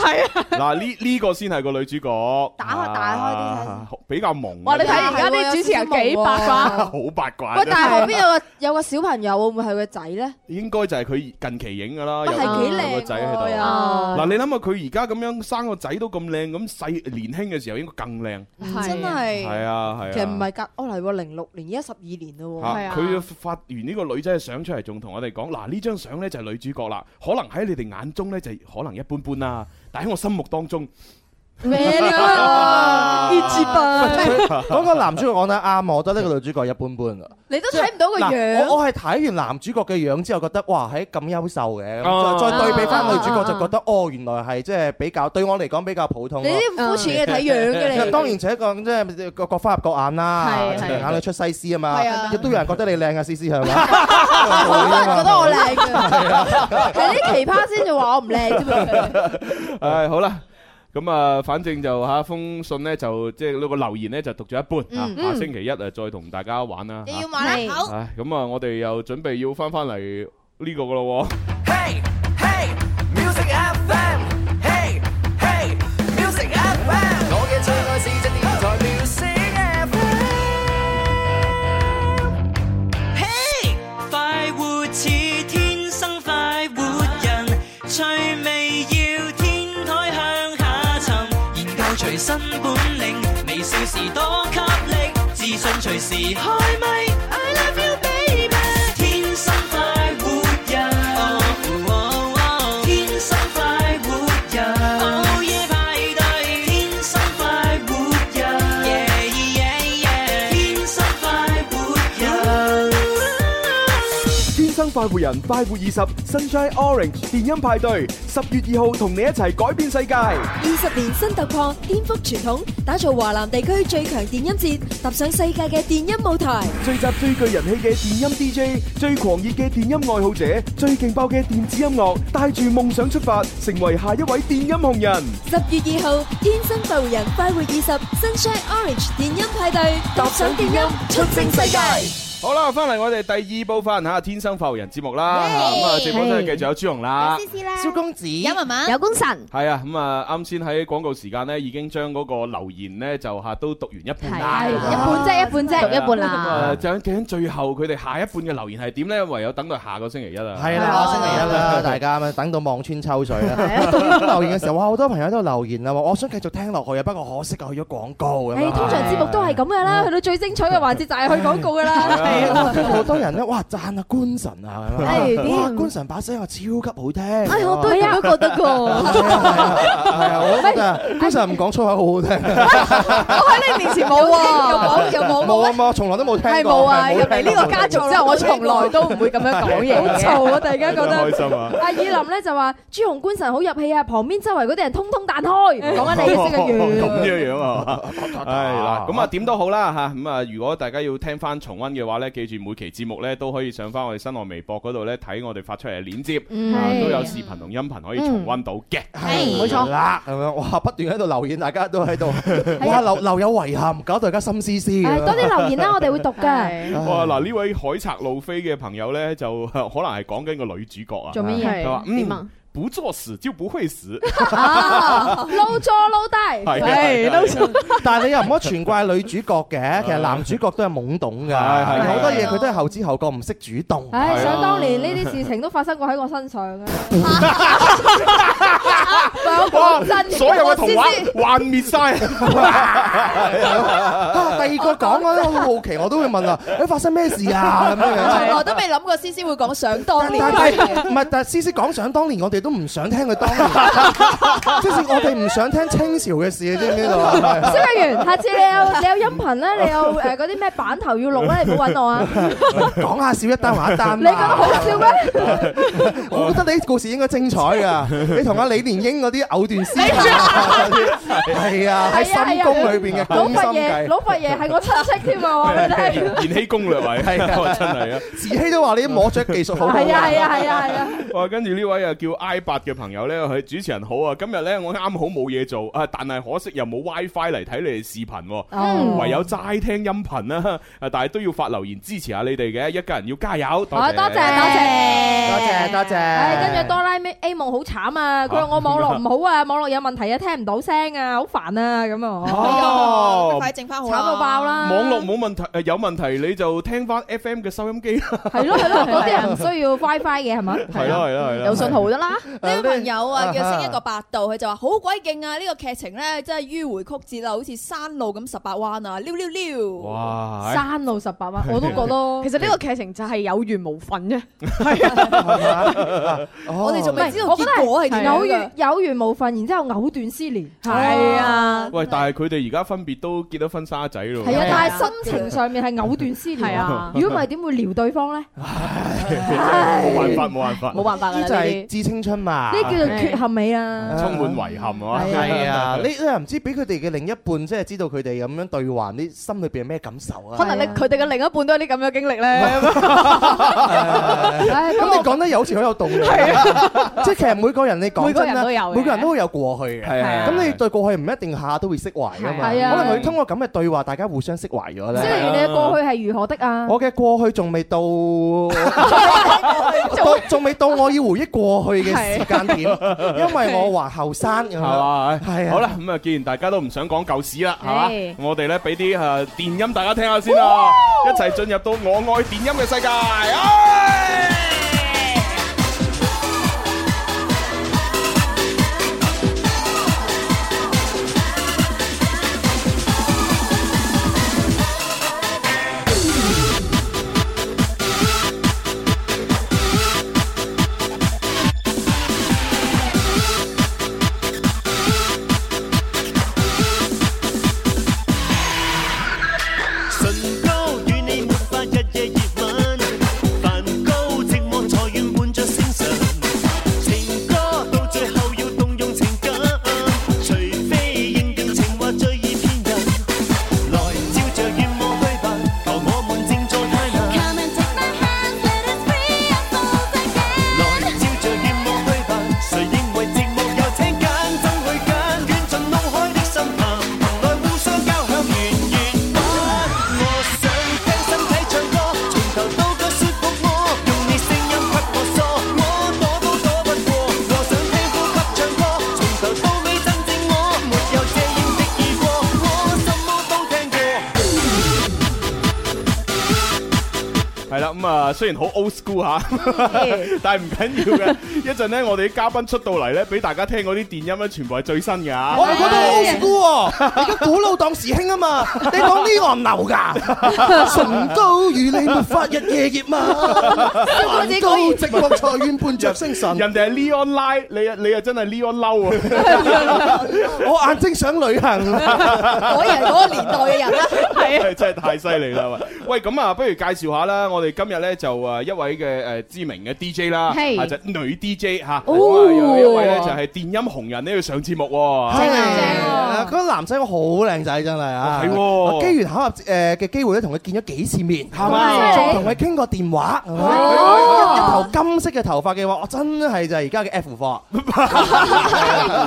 Speaker 5: 嗱呢呢個先係個女主角。
Speaker 7: 打開打開啲睇
Speaker 5: 啊，比較萌。
Speaker 1: 哇！你睇而家啲主持人幾八卦，
Speaker 5: 好八卦啊
Speaker 7: 喂，
Speaker 5: 啫，
Speaker 7: 但係後邊有個有個小朋友，會唔會係佢仔咧？
Speaker 5: 應該就係佢近期影噶啦，有
Speaker 7: 係幾
Speaker 5: 有個
Speaker 7: 靚
Speaker 5: 仔喺
Speaker 7: 喎
Speaker 5: 度。
Speaker 7: 又，
Speaker 6: 啊
Speaker 5: 嗱，你諗下佢而家咁樣生個仔都咁靚，咁細年輕嘅時候應該更靚。
Speaker 6: 嗯
Speaker 7: 真
Speaker 5: 係
Speaker 7: 係。
Speaker 5: 啊，係啊。
Speaker 7: 其實唔係隔，哦嚟喎，零六年，而家十二年嘞喎。
Speaker 5: 啊！佢發完呢個女仔嘅相出嚟，仲同我哋講：嗱，呢張相呢就係女主角啦，可能喺你哋眼中呢就可能一般般啦，但喺我心目當中，
Speaker 6: 咩啊？熱切吧，
Speaker 3: 嗰個男主角講得啱，我覺得呢個女主角一般般㗎。
Speaker 6: 你都睇唔到個
Speaker 3: 嗱，我
Speaker 6: 樣。
Speaker 3: 我係睇完男主角嘅樣之後，覺得哇，係咁優秀嘅，
Speaker 5: 啊
Speaker 3: 咁再再對比翻
Speaker 6: 啊
Speaker 3: 女主角就覺得哦，原來係即係比較對我嚟講比較普通
Speaker 6: 你
Speaker 3: 咯。
Speaker 6: 啲咁膚淺嘅 睇樣嘅你。
Speaker 3: 當然且講即係各各花入各眼啦，
Speaker 6: 係
Speaker 3: 情
Speaker 6: 係
Speaker 3: 人眼裏出西施啊嘛
Speaker 6: 係啊，
Speaker 3: 亦都有人覺得你靚啊，思思 係咪？
Speaker 6: 好多人覺得我 靚嘅，係啲奇葩先至話我唔靚啫嘛。
Speaker 5: 唉，好啦。咁啊，反正就嚇封信呢，就即係呢個留言呢，就讀咗一半啊。下星期一啊，再同大家玩啦。
Speaker 7: 你要買啦，好。
Speaker 5: 嚇唉，咁啊，我哋又準備要翻翻嚟呢個噶咯喎。
Speaker 9: Hey hey music FM Hey hey music FM 我嘅最愛是隻電台 music FM Hey
Speaker 10: 快活似天生快活人，趣味要天台向下沉，研究隨身本領，微笑時多給力，自信隨時開咪。I love you baby，天生快活人，哦哦哦天生快活人，午夜派對，天生快活人，yeah yeah yeah，天生快活人。
Speaker 3: 天生
Speaker 11: 快活人快活二十 Sunshine Orange 電音派對，十月二號同你一齊改變世界。
Speaker 12: 二十年新突破，顛覆傳統，打造華南地區最強電音節，踏上世界嘅電音舞台。
Speaker 11: 聚集最具人氣嘅電音 DJ，最狂熱嘅電音愛好者，最勁爆嘅電子音樂，帶住夢想出發，成為下一位電音紅人。
Speaker 12: 十月二號，天生快活人快活二十 Sunshine Orange 電音派對，踏上電音，出征世界。
Speaker 5: 好啦，翻嚟我哋第二部分吓《天生浮人》節目啦，
Speaker 3: 耶
Speaker 5: 咁啊，直播室繼續有朱紅啦。
Speaker 3: 蕭公子，
Speaker 7: 有文文，有功臣，
Speaker 5: 系啊，咁啊，啱先喺廣告時間咧，已經將嗰個留言咧就吓都讀完一半啦，
Speaker 7: 係一半啫一半啫
Speaker 5: 係啊
Speaker 7: 讀一半啦
Speaker 5: 咁啊，究竟最後佢哋下一半嘅留言係點咧？唯有等到下個星期一啦。
Speaker 3: 係啦，星期一啦，大家咪等到望穿秋水啦。到呢個留言嘅時候，哇，好多朋友喺度留言啊，話我想繼續聽落去啊，不過可惜啊，去咗廣告咁樣。
Speaker 6: 誒，通常節目都係咁噶啦，去到最精彩嘅環節就係去廣 告噶啦。
Speaker 3: 係啊跟住好多人咧，哇讚啊官神 啊咁
Speaker 6: 係
Speaker 3: 樣，哇
Speaker 6: 點
Speaker 3: 官神把聲啊超級好聽，哦
Speaker 6: 哎我都係咁樣覺得㗎
Speaker 3: 係啊，我都覺得官神唔講粗口好好聽，我
Speaker 6: 喺你面前冇喎有冇有冇
Speaker 3: 冇啊冇，從來都冇聽過，
Speaker 6: 係冇啊！入
Speaker 3: 係冇
Speaker 6: 嚟
Speaker 3: 聽過
Speaker 6: 呢個家族之後，我從來都唔會咁樣講嘢嘅。
Speaker 3: 好
Speaker 6: 嘈啊！突然間覺得
Speaker 3: 開心啊
Speaker 6: 阿以林咧就話：朱紅官神好入戲啊，旁邊周圍嗰啲人通通彈 開。講緊你嘅識嘅語。
Speaker 5: 咁樣樣 啊，係嗱，咁啊點都好啦嚇，咁啊如果大家要聽翻重温嘅話咧，記住每期節目咧都可以上翻我哋新浪微博嗰度咧睇我哋發出嚟嘅鏈接，
Speaker 3: 嗯
Speaker 5: 啊
Speaker 3: 係
Speaker 5: 都有視頻同音頻可以重温到嘅。
Speaker 7: 嗯
Speaker 3: 係
Speaker 5: 冇錯
Speaker 3: 啦，咁樣哇，不斷喺度留言，大家都喺度，
Speaker 7: 啊
Speaker 6: 哎
Speaker 3: 哇留留有遺憾，搞到大家心思思。
Speaker 6: 係哎多 啲留言啦，我哋會 讀㗎。
Speaker 5: 哎
Speaker 6: 嗯
Speaker 5: 哇！嗱，呢位海賊路飛嘅朋友咧，就呃可能係講緊個女主角啊，
Speaker 6: 做乜嘢
Speaker 5: 佢話
Speaker 6: 點啊
Speaker 5: 嗯，不作死就不會死。
Speaker 6: 啊撈咗撈低，
Speaker 5: 係啊係啊係啊
Speaker 3: 但係你又唔可以全怪女主角嘅，其實男主角都係懵懂㗎，
Speaker 5: 係係
Speaker 3: 好多嘢佢都係後知後覺，唔識主動。
Speaker 6: 唉，想當年呢啲事情都發生過喺我身上嘅。 唔係我
Speaker 5: 哇
Speaker 6: 講真，！
Speaker 5: 所有嘅童話
Speaker 6: 我知知
Speaker 5: 幻滅晒。
Speaker 3: 啊第二個講嗰啲，我好奇，我都會問啊，誒發生咩事啊？咁樣
Speaker 13: 從來
Speaker 3: 樣。
Speaker 13: 都未諗過思思會講想當年
Speaker 3: 但係唔係？但係思思講想當年，我哋都唔想聽佢當年，即係我哋唔想聽清朝嘅事，你知唔知道啊？
Speaker 6: 蕭敬元，下次你有你有音頻咧，你有誒嗰啲咩版頭要錄 咧，你唔好揾我啊！
Speaker 3: 講下笑一單還一單。
Speaker 6: 你覺得好笑咩？
Speaker 3: 我覺得你啲故事應該精彩 㗎。你同阿李連英嗰啲藕斷絲
Speaker 6: 你
Speaker 3: 麻，係啊，喺深宮裏邊嘅
Speaker 6: 老
Speaker 3: 攻心
Speaker 6: 佛爺，老
Speaker 3: 計。
Speaker 6: 佛爺係我親戚添啊！我話俾你 聽。
Speaker 5: 延延禧攻略 位，係啊，真係啊！
Speaker 3: 慈禧都話你啲摸雀技術好好。
Speaker 6: 係 啊係啊係啊係啊！
Speaker 5: 哇，跟住呢位啊叫 I 八嘅朋友咧，佢主持人好啊！今日咧我啱好冇嘢做啊，但係可惜又冇 WiFi 嚟睇你哋視頻喎，
Speaker 6: 哦
Speaker 5: 唯有齋聽音頻啦。 啊，但係都要發留言支持下你哋嘅，一家人要加油！多
Speaker 6: 好多謝多謝
Speaker 3: 多謝多謝
Speaker 6: 唉跟住哆啦 A 夢好慘啊！佢話我網絡唔好啊，網絡有問題啊，聽唔到聲啊，好煩啊咁啊！
Speaker 5: 哦
Speaker 13: 快整翻好啦，
Speaker 6: 慘到爆
Speaker 14: Ờ.
Speaker 6: 啦！
Speaker 5: 網絡冇問題，誒有問題你就聽翻 FM 嘅收音機啦。
Speaker 6: 係咯係咯，嗰啲人唔需要 WiFi 嘅係咪？
Speaker 5: 係啦係啦係啦，
Speaker 6: 有信號得啦。
Speaker 13: 呢位朋友啊，叫星一個百度，佢就話好鬼勁啊！呢個劇情咧真係迂迴曲折啊，好似山路咁十八彎啊，溜溜溜！
Speaker 5: 哇
Speaker 6: 山路十八彎，我都覺得。
Speaker 1: 其實呢個劇情就係有緣無份啫。
Speaker 13: 我哋仲未知道
Speaker 6: 唔係我覺得
Speaker 13: 結果係點樣㗎
Speaker 6: 有緣有緣無份，然之後藕斷絲連。
Speaker 5: 係
Speaker 6: 啊。
Speaker 5: 喂，但係佢哋而家分別都結咗婚紗仔咯。
Speaker 6: 係啊，但係心情上面係藕斷絲連。
Speaker 5: 係啊
Speaker 6: 如果唔係點會撩對方咧？
Speaker 5: 冇辦法，冇辦法，
Speaker 6: 冇辦法㗎啦
Speaker 3: 呢就
Speaker 6: 呢
Speaker 3: 係
Speaker 6: 啲
Speaker 3: 致青春嘛。
Speaker 6: 呢叫做缺陷美啊！
Speaker 5: 充滿遺憾啊！
Speaker 3: 係啊，你你又唔知俾佢哋嘅另一半，即係知道佢哋咁樣對話，你心裏邊係咩感受啊？
Speaker 13: 可能你佢哋嘅另一半都有啲咁嘅經歷咧。
Speaker 3: 咁你講得又好似好有道理， 即係其實每個人你講真
Speaker 13: 每個人都有
Speaker 3: 啦，
Speaker 13: 嘅
Speaker 3: 每個人都會有過去嘅。
Speaker 5: 係啊
Speaker 3: 咁你對過去唔一定下下都會釋懷噶嘛。
Speaker 6: 係啊
Speaker 3: 可能佢通過咁嘅對話，大家互相釋懷咗咧。
Speaker 6: 即係你嘅過去係如何的啊？
Speaker 3: 我嘅過去仲未 到，到仲未到我要回憶過去嘅時間點，因為我還後生咁
Speaker 5: 係
Speaker 3: 樣。
Speaker 5: 嘛？
Speaker 3: 係啊
Speaker 5: 好啦，咁啊，既然大家都唔想講舊史啦，係嘛
Speaker 3: 係？
Speaker 5: 我哋咧俾啲誒電音大家聽下先啦，一齊進入到我愛電音嘅世界。啊
Speaker 15: 唇膏與你沒法日夜熱吻，煩
Speaker 5: 係啦，咁啊，雖然好 old school 吓，但係唔緊要嘅。一陣咧，我哋啲嘉賓出到嚟咧，俾大家聽嗰啲電音咧，全部係最新嘅吓。
Speaker 3: 我係覺得 old school 喎，你而家古老當時興啊嘛，你講呢個唔 流 㗎，唇膏與你沒法日夜熱嘛，
Speaker 13: 姐
Speaker 3: 梵高寂寞菜園伴着星辰，
Speaker 5: 人哋係 Leon Lie，你啊你啊真係 Leon 嬲啊！
Speaker 3: 我眼睛想旅行，
Speaker 13: 果然係嗰個年代嘅人啦，係
Speaker 5: 啊， 真係太犀利啦！喂，咁啊，不如介紹下啦，我哋今日咧就誒一位嘅誒知名嘅 DJ 啦，
Speaker 2: 係
Speaker 5: 啊就女 DJ 嚇，
Speaker 2: 哦
Speaker 5: 咁啊有一位咧就係電音紅人呢要上節目喎，
Speaker 13: 啊
Speaker 3: 係嗰個男仔我好靚仔真係啊！
Speaker 5: 啊哦係喎
Speaker 3: 我機緣巧合誒嘅機會咧，同佢見咗幾次面，係
Speaker 5: 嘛
Speaker 3: 仲同佢傾過電話。
Speaker 13: 哦
Speaker 3: 一頭金色嘅頭髮嘅話，我真係就係而家嘅 F 貨，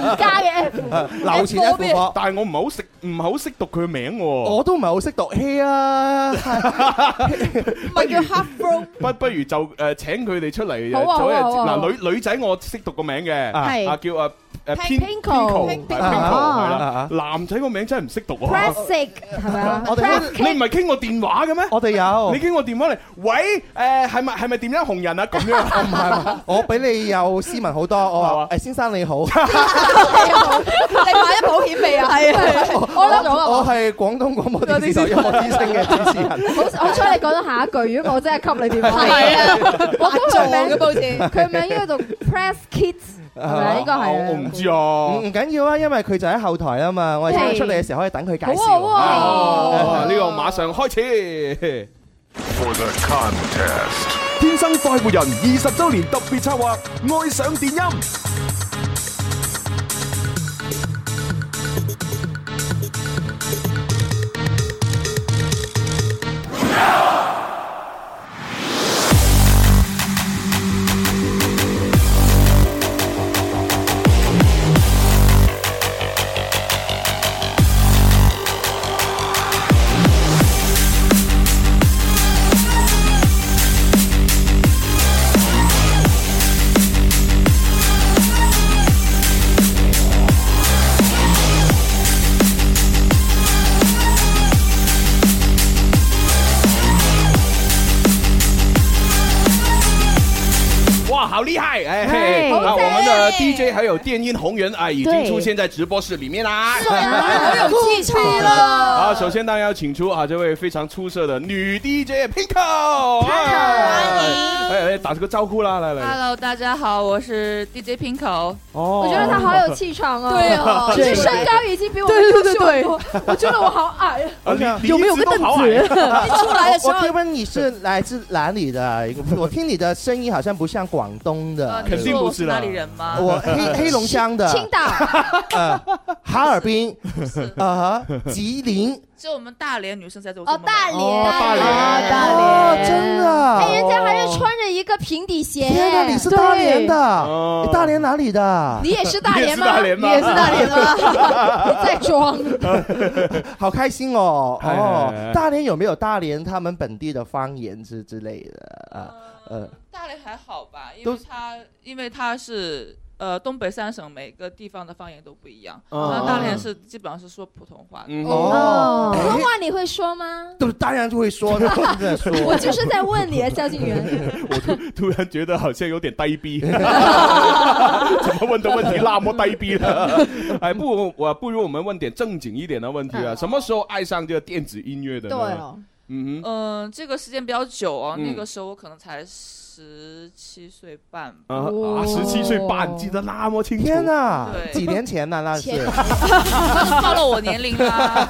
Speaker 5: 而
Speaker 3: 家嘅 F 流前 F 貨，
Speaker 5: 但係我唔係好識唔係好識讀佢嘅名喎，
Speaker 3: 我都唔係好識讀 hair 啊。
Speaker 13: 咪叫 h a r d r o
Speaker 5: 不不如就誒請佢哋出嚟，
Speaker 13: 好啊
Speaker 5: 做一日
Speaker 13: 好啊好啊
Speaker 5: 嗱女女仔我識讀個名嘅，
Speaker 13: 係
Speaker 5: 啊叫啊誒
Speaker 13: Pin-
Speaker 5: Pin-
Speaker 13: Pinko
Speaker 5: ờ, Pinko，係
Speaker 13: 啊
Speaker 5: 係啦，男仔個名真係唔識讀啊。
Speaker 15: Classic 係咪啊？
Speaker 5: 我哋你唔係傾過電話嘅咩？
Speaker 3: 我哋有，
Speaker 5: 你傾過電話嚟，喂，誒係咪係咪點樣紅人啊？咁樣
Speaker 3: 唔係， 我比你又斯文好多。我話誒先生 你好，
Speaker 13: 你買咗保險未啊？係啊，我諗咗
Speaker 3: 我係廣東廣播電視台音樂之星嘅主持人。
Speaker 6: 好好彩你講咗下一句，如果我真係吸你電話。
Speaker 3: 係啊
Speaker 6: 我估佢名
Speaker 3: 白撞嘅好似
Speaker 6: 佢名應該讀 Press Kids 係咪啊？應該係啊。
Speaker 5: 唔知啊，
Speaker 3: 唔緊要啊，因為佢就喺後台啊嘛，我哋出嚟嘅時候可以等佢介
Speaker 6: 啊
Speaker 3: 紹。啊
Speaker 5: 哦，呢個馬上開始。
Speaker 11: For the contest，天
Speaker 5: 啊
Speaker 11: 生快活人二十周年特別策劃《愛上電音》。
Speaker 5: 哇，好厉害！哎，
Speaker 2: 哎
Speaker 5: 那
Speaker 2: 好
Speaker 5: 我
Speaker 2: 赞
Speaker 5: 们的 DJ 还有电音红人啊，已经
Speaker 2: 对
Speaker 5: 出现在直播室里面啦。
Speaker 4: 아,
Speaker 2: 好有技巧了。
Speaker 5: 好，首先当然要请出啊这位非常出色的女 DJ Pinko，哎哎，打个招呼啦，来 来。
Speaker 14: Hello，大家好，我是 DJ Pinko。
Speaker 5: 哦
Speaker 6: 我覺得他好有气场啊！
Speaker 14: 对哦
Speaker 6: 就
Speaker 14: 对
Speaker 6: 是身高已经比我
Speaker 14: 对对对
Speaker 6: 对
Speaker 4: 어.
Speaker 6: 对，
Speaker 14: 어,
Speaker 6: 我觉
Speaker 14: 뭐
Speaker 6: 得我好矮
Speaker 5: 啊
Speaker 6: 啊
Speaker 5: 你！
Speaker 6: 有没有个凳 子？
Speaker 3: 我我可以问你是来自哪里的？我听你的声音好像不像广东的，
Speaker 14: 啊你说我是哪里人吗？
Speaker 3: 我黑黑龙江的，
Speaker 14: 青岛，
Speaker 3: 呃，哈尔滨，啊哈，吉林，
Speaker 14: 就我们大连女生才走。哦，
Speaker 15: 大
Speaker 3: 哦
Speaker 15: 连，
Speaker 3: 大连
Speaker 15: 大
Speaker 3: 哦真的啊
Speaker 15: 哎，人家还是穿着一个平底鞋。
Speaker 3: 天啊哪，你是大连的，
Speaker 5: 哦
Speaker 3: 你大连哪里的？
Speaker 15: 你也是大连吗
Speaker 5: 你也是大连吗
Speaker 15: 你也是大连吗
Speaker 3: 你
Speaker 15: 在装，
Speaker 3: 好开心哦！
Speaker 5: 哎哎哎
Speaker 3: 哦，大连有没有大连他们本地的方言之之类的？啊，呃，
Speaker 14: 大连还好吧，因为它因为它是呃东北三省每个地方的方言都不一样，
Speaker 3: 哦
Speaker 14: 那大连是基本上是说普通话的。
Speaker 3: 嗯
Speaker 15: 哦
Speaker 3: 哦，
Speaker 15: 普通话你会说吗？。
Speaker 3: 都当然就会说，他们在说
Speaker 15: 我就是在问你，啊，萧敬元。
Speaker 5: 突然觉得好像有点呆 逼，怎么问的问题那么呆逼 呢？哎，不，我不如我们问点正经一点的问题啊，什么时候爱上这个电子音乐的？
Speaker 14: 对哦，
Speaker 5: 嗯哼，
Speaker 14: 嗯、这个时间比较久哦，
Speaker 5: 嗯
Speaker 14: 那个时候我可能才十七岁半吧。
Speaker 5: 啊啊，十七岁半，记得那么清楚。
Speaker 3: 天哪，
Speaker 14: 对
Speaker 3: 几年前呢？那是
Speaker 14: 前暴露我年龄 啦，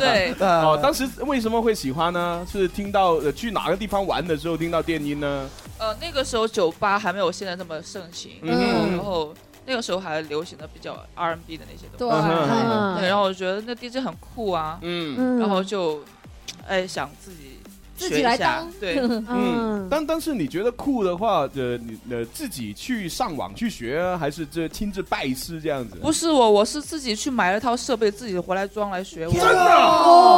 Speaker 14: 对。
Speaker 5: 哦，当时为什么会喜欢呢？是听到呃去哪个地方玩的时候听到电音呢？
Speaker 14: 呃，那个时候酒吧还没有现在这么盛行，
Speaker 5: 嗯
Speaker 14: 然后那个时候还流行的比较 R&B 的那些东西，
Speaker 5: 对嗯
Speaker 14: 对然后我觉得那 DJ 很酷啊，
Speaker 5: 嗯
Speaker 14: 然后就，哎，想自己
Speaker 5: 自
Speaker 14: 学
Speaker 5: 己
Speaker 14: 一
Speaker 5: 来
Speaker 14: 下
Speaker 5: 当
Speaker 14: 对，
Speaker 5: 嗯，但但是你觉得酷的话，呃，你呃自己去上网去学啊，还是这亲自拜师这样子？
Speaker 14: 不是我，我是自己去买了套设备，自己回来装来学。真
Speaker 5: 的
Speaker 15: 哦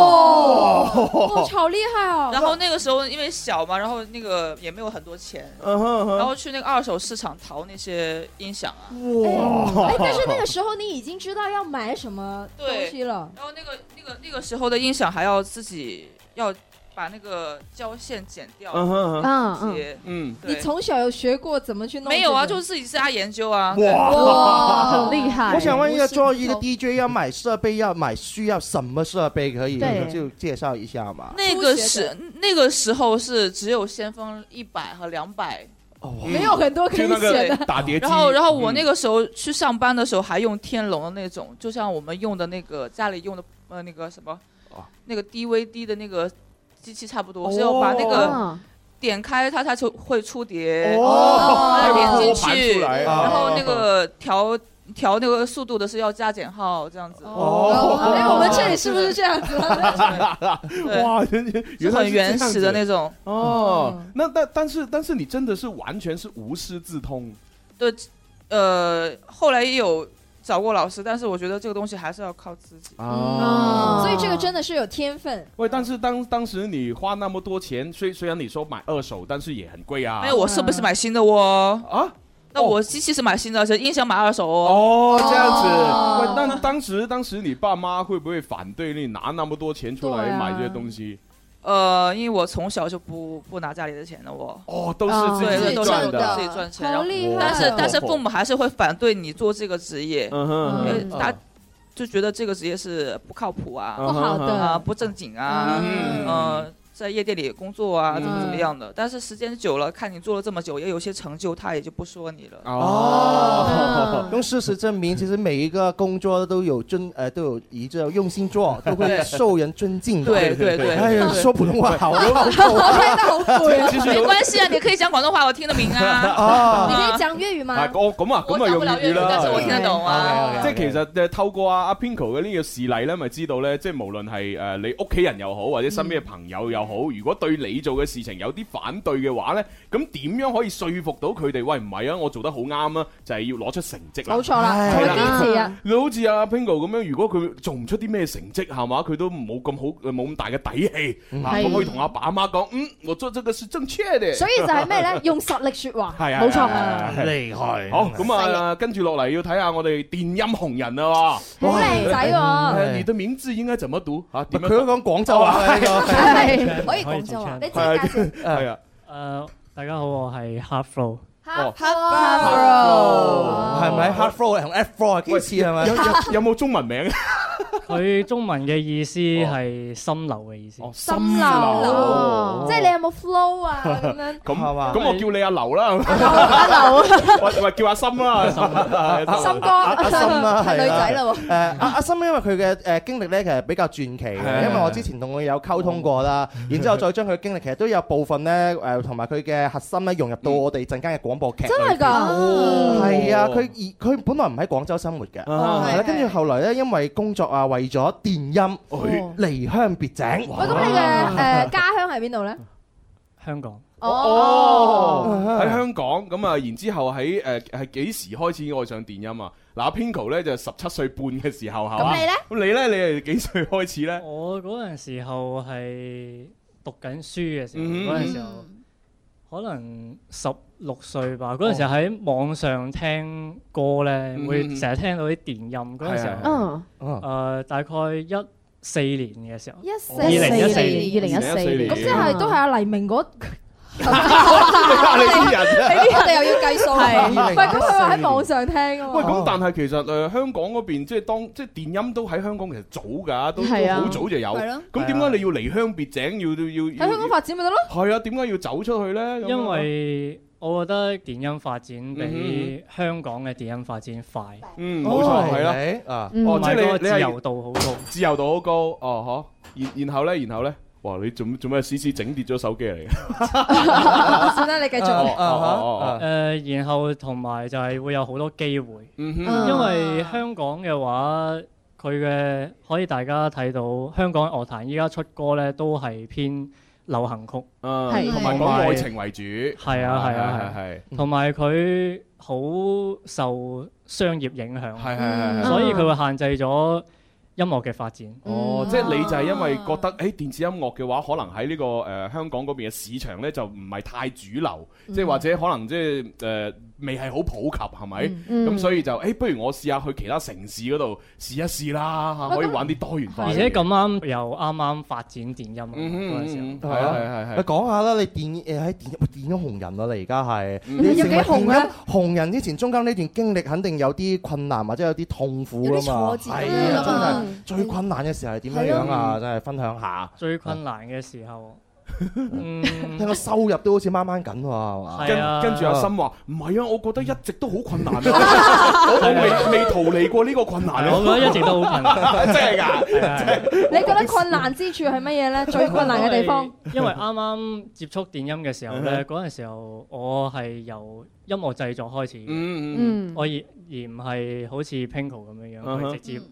Speaker 5: 哦
Speaker 15: 好厉害哦！
Speaker 14: 然后那个时候因为小嘛，然后那个也没有很多钱，
Speaker 5: 嗯哼嗯哼
Speaker 14: 然后去那个二手市场淘那些音响啊。
Speaker 15: 哎，但是那个时候你已经知道要买什么东西了。
Speaker 14: 然后那个那个那个时候的音响还要自己要把那个胶线剪掉，
Speaker 5: 嗯哼
Speaker 14: 嗯
Speaker 15: 嗯
Speaker 14: 嗯嗯，对
Speaker 15: 你从小有学过怎么去弄这个？
Speaker 14: 没有啊？就是自己私下研究啊。
Speaker 3: 哇，
Speaker 14: 对
Speaker 3: 我想问一下，做一个
Speaker 14: 无心
Speaker 3: DJ 要买设备要买需要什么设备？可以
Speaker 14: 对
Speaker 3: 就介绍一下嘛？
Speaker 14: 那个时那个时候是只有先锋一百和两百。
Speaker 15: 没有很多可以
Speaker 5: 就那个哎
Speaker 15: 选的
Speaker 5: 打碟机
Speaker 14: 然后，然后我
Speaker 5: 嗯
Speaker 14: 那个时候去上班的时候还用天龙的那种，就像我们用的那个家里用的呃那个什么，
Speaker 5: 哦
Speaker 14: 那个 DVD 的那个机器差不多，
Speaker 10: 哦
Speaker 14: 是要把那个点开它，它就会出碟，
Speaker 10: 哦
Speaker 14: 然后
Speaker 10: 还有
Speaker 14: 点进
Speaker 10: 托盘
Speaker 14: 去，
Speaker 5: 哦
Speaker 10: 出来啊
Speaker 14: 然后那个调调那个速度的是要加减号这样子。
Speaker 15: 哦哎我们这里是不是这样子啊？
Speaker 5: 哦哇，原来
Speaker 14: 是
Speaker 5: 原来
Speaker 14: 很原
Speaker 5: 这样
Speaker 14: 始
Speaker 5: 子
Speaker 14: 的那种
Speaker 15: 嗯
Speaker 5: 哦。那但但是但是你真的是完全是无师自通，
Speaker 14: 对，呃，后来也有找过老师，但是我觉得这个东西还是要靠自己。
Speaker 5: 哦
Speaker 15: 所以这个真的是有天分。
Speaker 5: 喂，但是当当时你花那么多钱，虽虽然你说买二手，但是也很贵啊。
Speaker 14: 没有，哎我设备是买新的哦。
Speaker 5: 啊？
Speaker 14: 那我机器是买新的，而且音响买二手
Speaker 5: 哦
Speaker 14: 哦。
Speaker 5: 这样
Speaker 15: 哦
Speaker 5: 子。喂，但当时当时你爸妈会不会反对你拿那么多钱出
Speaker 14: 对
Speaker 5: 来
Speaker 14: 啊
Speaker 5: 买这些东西？
Speaker 14: 呃，因为我从小就不不拿家里的钱的，我
Speaker 5: 哦都是自己
Speaker 14: 对对都是
Speaker 5: 赚的
Speaker 14: 自己赚钱，
Speaker 5: 好
Speaker 14: 然后
Speaker 5: 厉害
Speaker 14: 但是
Speaker 5: 哦
Speaker 14: 但是父母还是会反对你做这个职业，
Speaker 5: 嗯哼
Speaker 14: 因为
Speaker 5: 嗯
Speaker 14: 他就觉得这个职业是不靠谱啊，
Speaker 5: 不好的
Speaker 14: 啊，不正经啊，
Speaker 5: 嗯
Speaker 14: 呃，在夜店里工作啊，怎么怎么
Speaker 5: 嗯
Speaker 14: 样的。但是时间久了，看你做了这么久，也有些成就，他也就不说你了。
Speaker 5: 嗯
Speaker 14: 嗯
Speaker 3: 哦，用事实证明，其实每一个工作都有尊，呃，都有一致用心做，都会
Speaker 14: 对
Speaker 3: 受人尊敬的。
Speaker 14: 对对对
Speaker 3: 哎呀，
Speaker 14: 对
Speaker 3: 说普通话
Speaker 15: 哦
Speaker 3: 好，
Speaker 14: 我
Speaker 3: 听
Speaker 14: 没关系啊，你可以讲广东话，我听得明
Speaker 5: 啊
Speaker 14: 啊。
Speaker 5: 你可以
Speaker 15: 讲粤语吗
Speaker 5: 啊，咁咁啊，咁啊
Speaker 14: 我講
Speaker 5: 用粵語啦，
Speaker 14: 不了粵語但是我聽得懂啊
Speaker 5: OK，OK，OK 即係其實誒透過阿阿 Pinko 嘅呢個事例咧，咪知道咧，即係無論係誒你屋企人又好，或者身邊嘅朋友又好，如果對你做嘅事情有啲反對嘅話咧，咁點樣可以說服到佢哋？喂，唔係啊，我做得好啱啊，就係要攞出成績啦。
Speaker 15: 冇錯啦
Speaker 5: 係
Speaker 15: 我哋支持啊！
Speaker 5: 你好似阿 Pinko 咁樣，如果佢做唔出啲咩成績係嘛，佢都冇咁好，呃冇咁大嘅底氣，啊
Speaker 15: 係
Speaker 5: 可唔可以同阿爸阿媽講，嗯，我做這個是正確嘅。
Speaker 15: 所以就係咩 咧？用實力說話，
Speaker 5: 係啊，
Speaker 15: 冇錯。
Speaker 5: 厲害。好，咁啊，跟住落嚟要睇下我哋電音紅人啊啦喎。
Speaker 15: 好靚仔喎
Speaker 5: 誒你的名字應該怎麼讀啊？點樣讀？
Speaker 3: 佢都講廣州哎話呢個
Speaker 16: 係
Speaker 15: 可以講就話，你自
Speaker 5: 係
Speaker 15: 己介紹。
Speaker 3: Ờ.
Speaker 5: 係啊。
Speaker 16: 誒，大家好，我係 Hard Flow。
Speaker 15: Hard
Speaker 3: 係咪 Hard Flow 同 F Flow 係幾似係咪？
Speaker 5: 有有有冇中文名？
Speaker 16: 佢中文嘅意思係心流嘅意思。
Speaker 15: 心流
Speaker 5: 哦
Speaker 15: 即係你有冇 flow 啊？咁 樣
Speaker 5: 咁
Speaker 3: 係嘛
Speaker 5: 咁我叫你阿劉
Speaker 3: Ờ.
Speaker 5: 啦，啊 喂喂，叫阿森啊啦，
Speaker 15: 森哥
Speaker 3: 阿阿森 啊啦，係
Speaker 15: 係女仔啦喎
Speaker 3: 誒阿阿森，因為佢嘅誒經歷咧，其實比較傳奇嘅，
Speaker 5: 係
Speaker 3: 因為我之前同佢有溝通過啦，
Speaker 15: 哦
Speaker 3: 然之後再將佢經歷其實都有部分咧誒，同埋佢嘅核心咧融入到我哋陣間嘅廣播劇裏邊。
Speaker 15: 嗯真係㗎
Speaker 3: 哦係啊，
Speaker 15: 哦
Speaker 3: 佢而佢本來唔喺廣州生活嘅，
Speaker 15: 哦
Speaker 3: 係啦，跟住後來咧，因為工作啊，為咗電音離鄉別井。
Speaker 15: 哦喂，咁你
Speaker 16: 哦
Speaker 15: 嘅誒呃家鄉喺邊度咧？
Speaker 16: 香港。
Speaker 15: 哦
Speaker 5: 哦，喺香港咁啊，然之後喺誒係幾時開始愛上電音啊？嗱阿，Pinko 咧就十七歲半嘅時候係嘛？
Speaker 16: 咁你呢
Speaker 5: 咁你咧？你係幾歲開始咧？
Speaker 16: 我嗰陣時候係讀緊書嘅時
Speaker 3: Ừ.
Speaker 5: 嗯
Speaker 16: 候，嗰陣時候可能十六歲吧。嗰陣時候喺網上聽歌咧，
Speaker 5: 哦嗯
Speaker 16: 會成日聽到啲電音。嗰陣時候
Speaker 15: 哦
Speaker 1: 嗯，
Speaker 5: 哦
Speaker 16: 誒大概一四年嘅時候，
Speaker 15: 一四
Speaker 16: 二零一四
Speaker 1: 年2014年
Speaker 15: 咁即係都係阿黎明嗰。 你
Speaker 5: 啲人啊
Speaker 15: 我哋又要計數，
Speaker 5: 係
Speaker 15: 喂，咁佢話喺網上聽啊喎。
Speaker 5: 喂，咁但係其實誒香港嗰邊即係當即係電音都喺香港其實早㗎，都
Speaker 15: 係啊
Speaker 5: 都好早就有。
Speaker 15: 係咯
Speaker 5: 咁點解你要離鄉別井，要
Speaker 15: 喺
Speaker 5: 要
Speaker 15: 香
Speaker 5: 要
Speaker 15: 港？發展咪得咯？
Speaker 5: 係啊，點解要走出去咧？咁樣
Speaker 16: 因為我覺得電音發展
Speaker 5: 嗯
Speaker 16: 比香港嘅電音發展快。嗯
Speaker 5: 嗯，冇錯，係啦，啊，哦，即係你
Speaker 16: 同埋個
Speaker 5: 你係
Speaker 16: 自由度好高。
Speaker 5: 自由度好高，哦嗬，然然後咧，然後咧，哇，你做咩做咩？C C 整跌咗手機嚟？
Speaker 4: 어,
Speaker 15: 算啦，你繼
Speaker 16: 어.
Speaker 5: 哦
Speaker 15: 續。
Speaker 5: 哦哦哦
Speaker 16: 誒，呃然後同埋就係會有好多機會，
Speaker 5: 嗯哼
Speaker 16: 因為香港嘅話，佢嘅可以大家睇到香港樂壇依家出歌咧都係偏流行曲，
Speaker 5: 嗯同埋講愛情為主
Speaker 16: 係啊係啊
Speaker 5: 係係
Speaker 16: 係，同埋佢好受商業影響，
Speaker 5: 係係係係
Speaker 16: 所以佢會限制咗音樂嘅發展。
Speaker 5: 哦，即係你就係因為覺得哎誒電子音樂嘅話，可能喺
Speaker 16: 嗯
Speaker 5: 呢呃個誒香港嗰邊嘅市場咧就唔係太主流，即係或者可能即係誒呃未係好普及，係咪？
Speaker 16: 嗯
Speaker 5: 咁所以就哎誒，不如我試下去其他城市嗰度試一試啦，嚇可以玩啲多元化嘅嘢。
Speaker 16: 而且咁啱又啱啱發展電音啊嗰陣時候
Speaker 5: 嗯係啊係啊係啊
Speaker 3: 你講下啦，你電誒喺電電音紅人啦，你而家係
Speaker 16: 嗯
Speaker 3: 你
Speaker 16: 要
Speaker 3: 成為
Speaker 16: 幾紅
Speaker 3: 電
Speaker 16: 呢
Speaker 3: 音紅人之前中間呢段經歷肯定有啲困難或者有啲痛苦
Speaker 16: 有
Speaker 3: 噶
Speaker 16: 啲挫
Speaker 3: 嘛，
Speaker 16: 折
Speaker 3: 係
Speaker 16: 㗎嘛
Speaker 3: 啊，真係最困難嘅時候係點樣樣
Speaker 16: 係
Speaker 3: 啊？
Speaker 16: 啊
Speaker 3: 真係分享下。
Speaker 16: 最困難嘅時 候，
Speaker 3: 聽個收入都好似掹掹緊喎，係嘛？
Speaker 16: 係啊
Speaker 5: 跟住阿森話：唔係啊，我覺得一直都好困 難啊，我我未未逃離過呢個困難啊。
Speaker 16: 我覺得一直都好困難 啊
Speaker 5: 真係㗎，
Speaker 15: 你覺得困難之處係乜嘢 咧？最困難嘅地方，
Speaker 16: 因為 因為啱啱接觸電音嘅時候
Speaker 5: 嗯
Speaker 16: 咧，嗰陣時候我係由音樂製作開始嘅，
Speaker 5: 嗯
Speaker 15: 嗯
Speaker 16: 我而而唔係好似 Pinko 咁樣
Speaker 5: 嗯
Speaker 16: 樣，
Speaker 5: 哼
Speaker 16: 佢直接
Speaker 5: 哦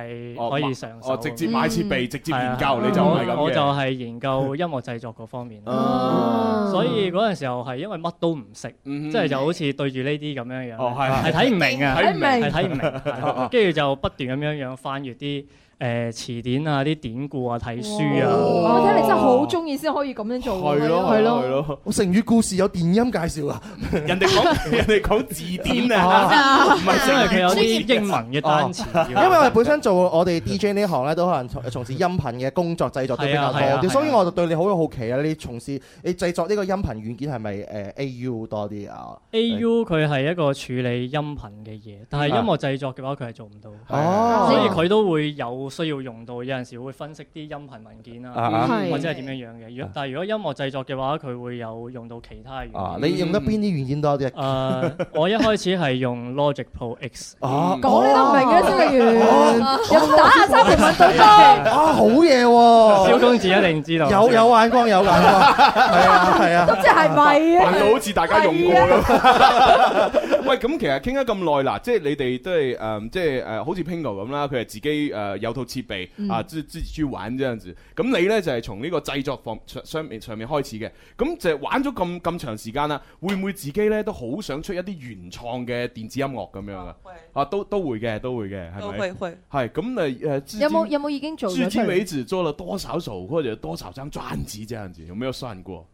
Speaker 16: 係可以上手
Speaker 5: 哦直接買設備
Speaker 16: 嗯
Speaker 5: 直接研究
Speaker 16: 係啊
Speaker 5: 你就唔係咁嘅
Speaker 16: 我我就係研 究音樂製作嗰方面，
Speaker 5: 哦
Speaker 16: 所以嗰陣時候係因為乜都唔識，
Speaker 5: 即
Speaker 16: 係就好似對住呢啲咁樣樣，
Speaker 5: 嗯哦係
Speaker 16: 係睇唔明啊，
Speaker 5: 睇唔明
Speaker 16: 係睇唔明
Speaker 5: 哦哦
Speaker 16: 係，跟住就不斷咁樣樣翻閱啲誒詞典啊、啲典故啊、睇書
Speaker 3: 哦
Speaker 16: 啊。
Speaker 15: 哦我睇你真係好
Speaker 3: 啊
Speaker 15: 中意先可以咁樣做喎。係咯。
Speaker 5: 咯。
Speaker 3: 我成語故事有電音介紹啊，
Speaker 5: 人哋講 人哋講字典
Speaker 3: 啊
Speaker 16: 哦
Speaker 5: 啊，唔係
Speaker 3: 哦
Speaker 5: 成日
Speaker 16: 因為佢有啲英文嘅單詞
Speaker 3: 哦因為我哋本身做我哋 DJ 呢行咧，都可能從從事音頻嘅工作製作都比較多
Speaker 16: 係啊係
Speaker 3: 啲，
Speaker 16: 啊
Speaker 3: 所以我就對你好有好奇啊！你從事你製作呢個音頻軟件係咪誒 AU 多啲啊？
Speaker 16: AU 佢係一個處理音頻嘅嘢，但係音
Speaker 3: 啊
Speaker 16: 樂製作嘅話佢係做唔到，
Speaker 3: 哦
Speaker 16: 所以佢都會有需要用到，有陣時會分析啲音頻文件
Speaker 3: 啊啊
Speaker 16: 啊，
Speaker 15: 嗯
Speaker 3: 係
Speaker 16: 或者係點樣樣嘅。如果但係如果音樂製作嘅話，佢會有用到其他嘅
Speaker 3: 啊
Speaker 16: 軟，件。
Speaker 3: 你用
Speaker 15: 嗯
Speaker 3: 得邊啲軟件多啲啊？
Speaker 16: 誒，我一開始係用 Logic Pro X。
Speaker 3: 哦
Speaker 15: 講你都唔明嘅，蕭敬元，
Speaker 4: 어.
Speaker 15: 又打下三盤問對方，
Speaker 3: 啊，好嘢喎！
Speaker 16: 蕭公子一定知道。
Speaker 3: 有有眼光有眼光，
Speaker 14: 哦
Speaker 3: 係啊係啊，
Speaker 15: 咁即
Speaker 4: 어.
Speaker 15: 係咪啊？
Speaker 5: 扮到好似大家用過咁。 喂，咁其實傾咗咁耐嗱，即係你哋都係誒、嗯即係誒、呃好似 Pingo 咁啦，佢係自己誒、呃有套設備、
Speaker 11: 嗯
Speaker 5: 啊，自自己去玩這樣子。咁你呢，就係、從呢個製作方上上面上面開始嘅。咁就係玩咗咁咁長時間啦，會唔會自己呢都好想出一啲原創嘅電子音樂咁樣啊？啊，都都會嘅，都會嘅，係
Speaker 14: 都
Speaker 5: 咪？
Speaker 14: 會會
Speaker 5: 係咁誒誒，呃至
Speaker 15: 有冇
Speaker 5: 今
Speaker 15: 有冇已經做
Speaker 5: 至
Speaker 15: 咗出
Speaker 5: 今為
Speaker 15: 嚟？
Speaker 5: 止做了多少首或者多少張專輯這樣子？有沒有算過？。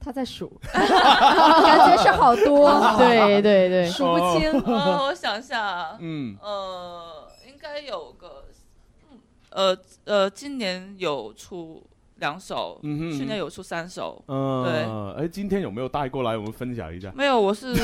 Speaker 15: 他在數， 感覺是好 多
Speaker 5: 對對對
Speaker 15: 數不
Speaker 5: 哦
Speaker 15: 清。
Speaker 3: 哦
Speaker 14: 呃，我想想啊，
Speaker 5: 嗯
Speaker 14: 呃，应该有个，嗯呃呃，今年有出两首，
Speaker 5: 嗯哼嗯哼
Speaker 14: 去年有出三首，对。
Speaker 5: 嗯，哎，今天有没有带过来？我们分享一下。
Speaker 14: 没有，我 是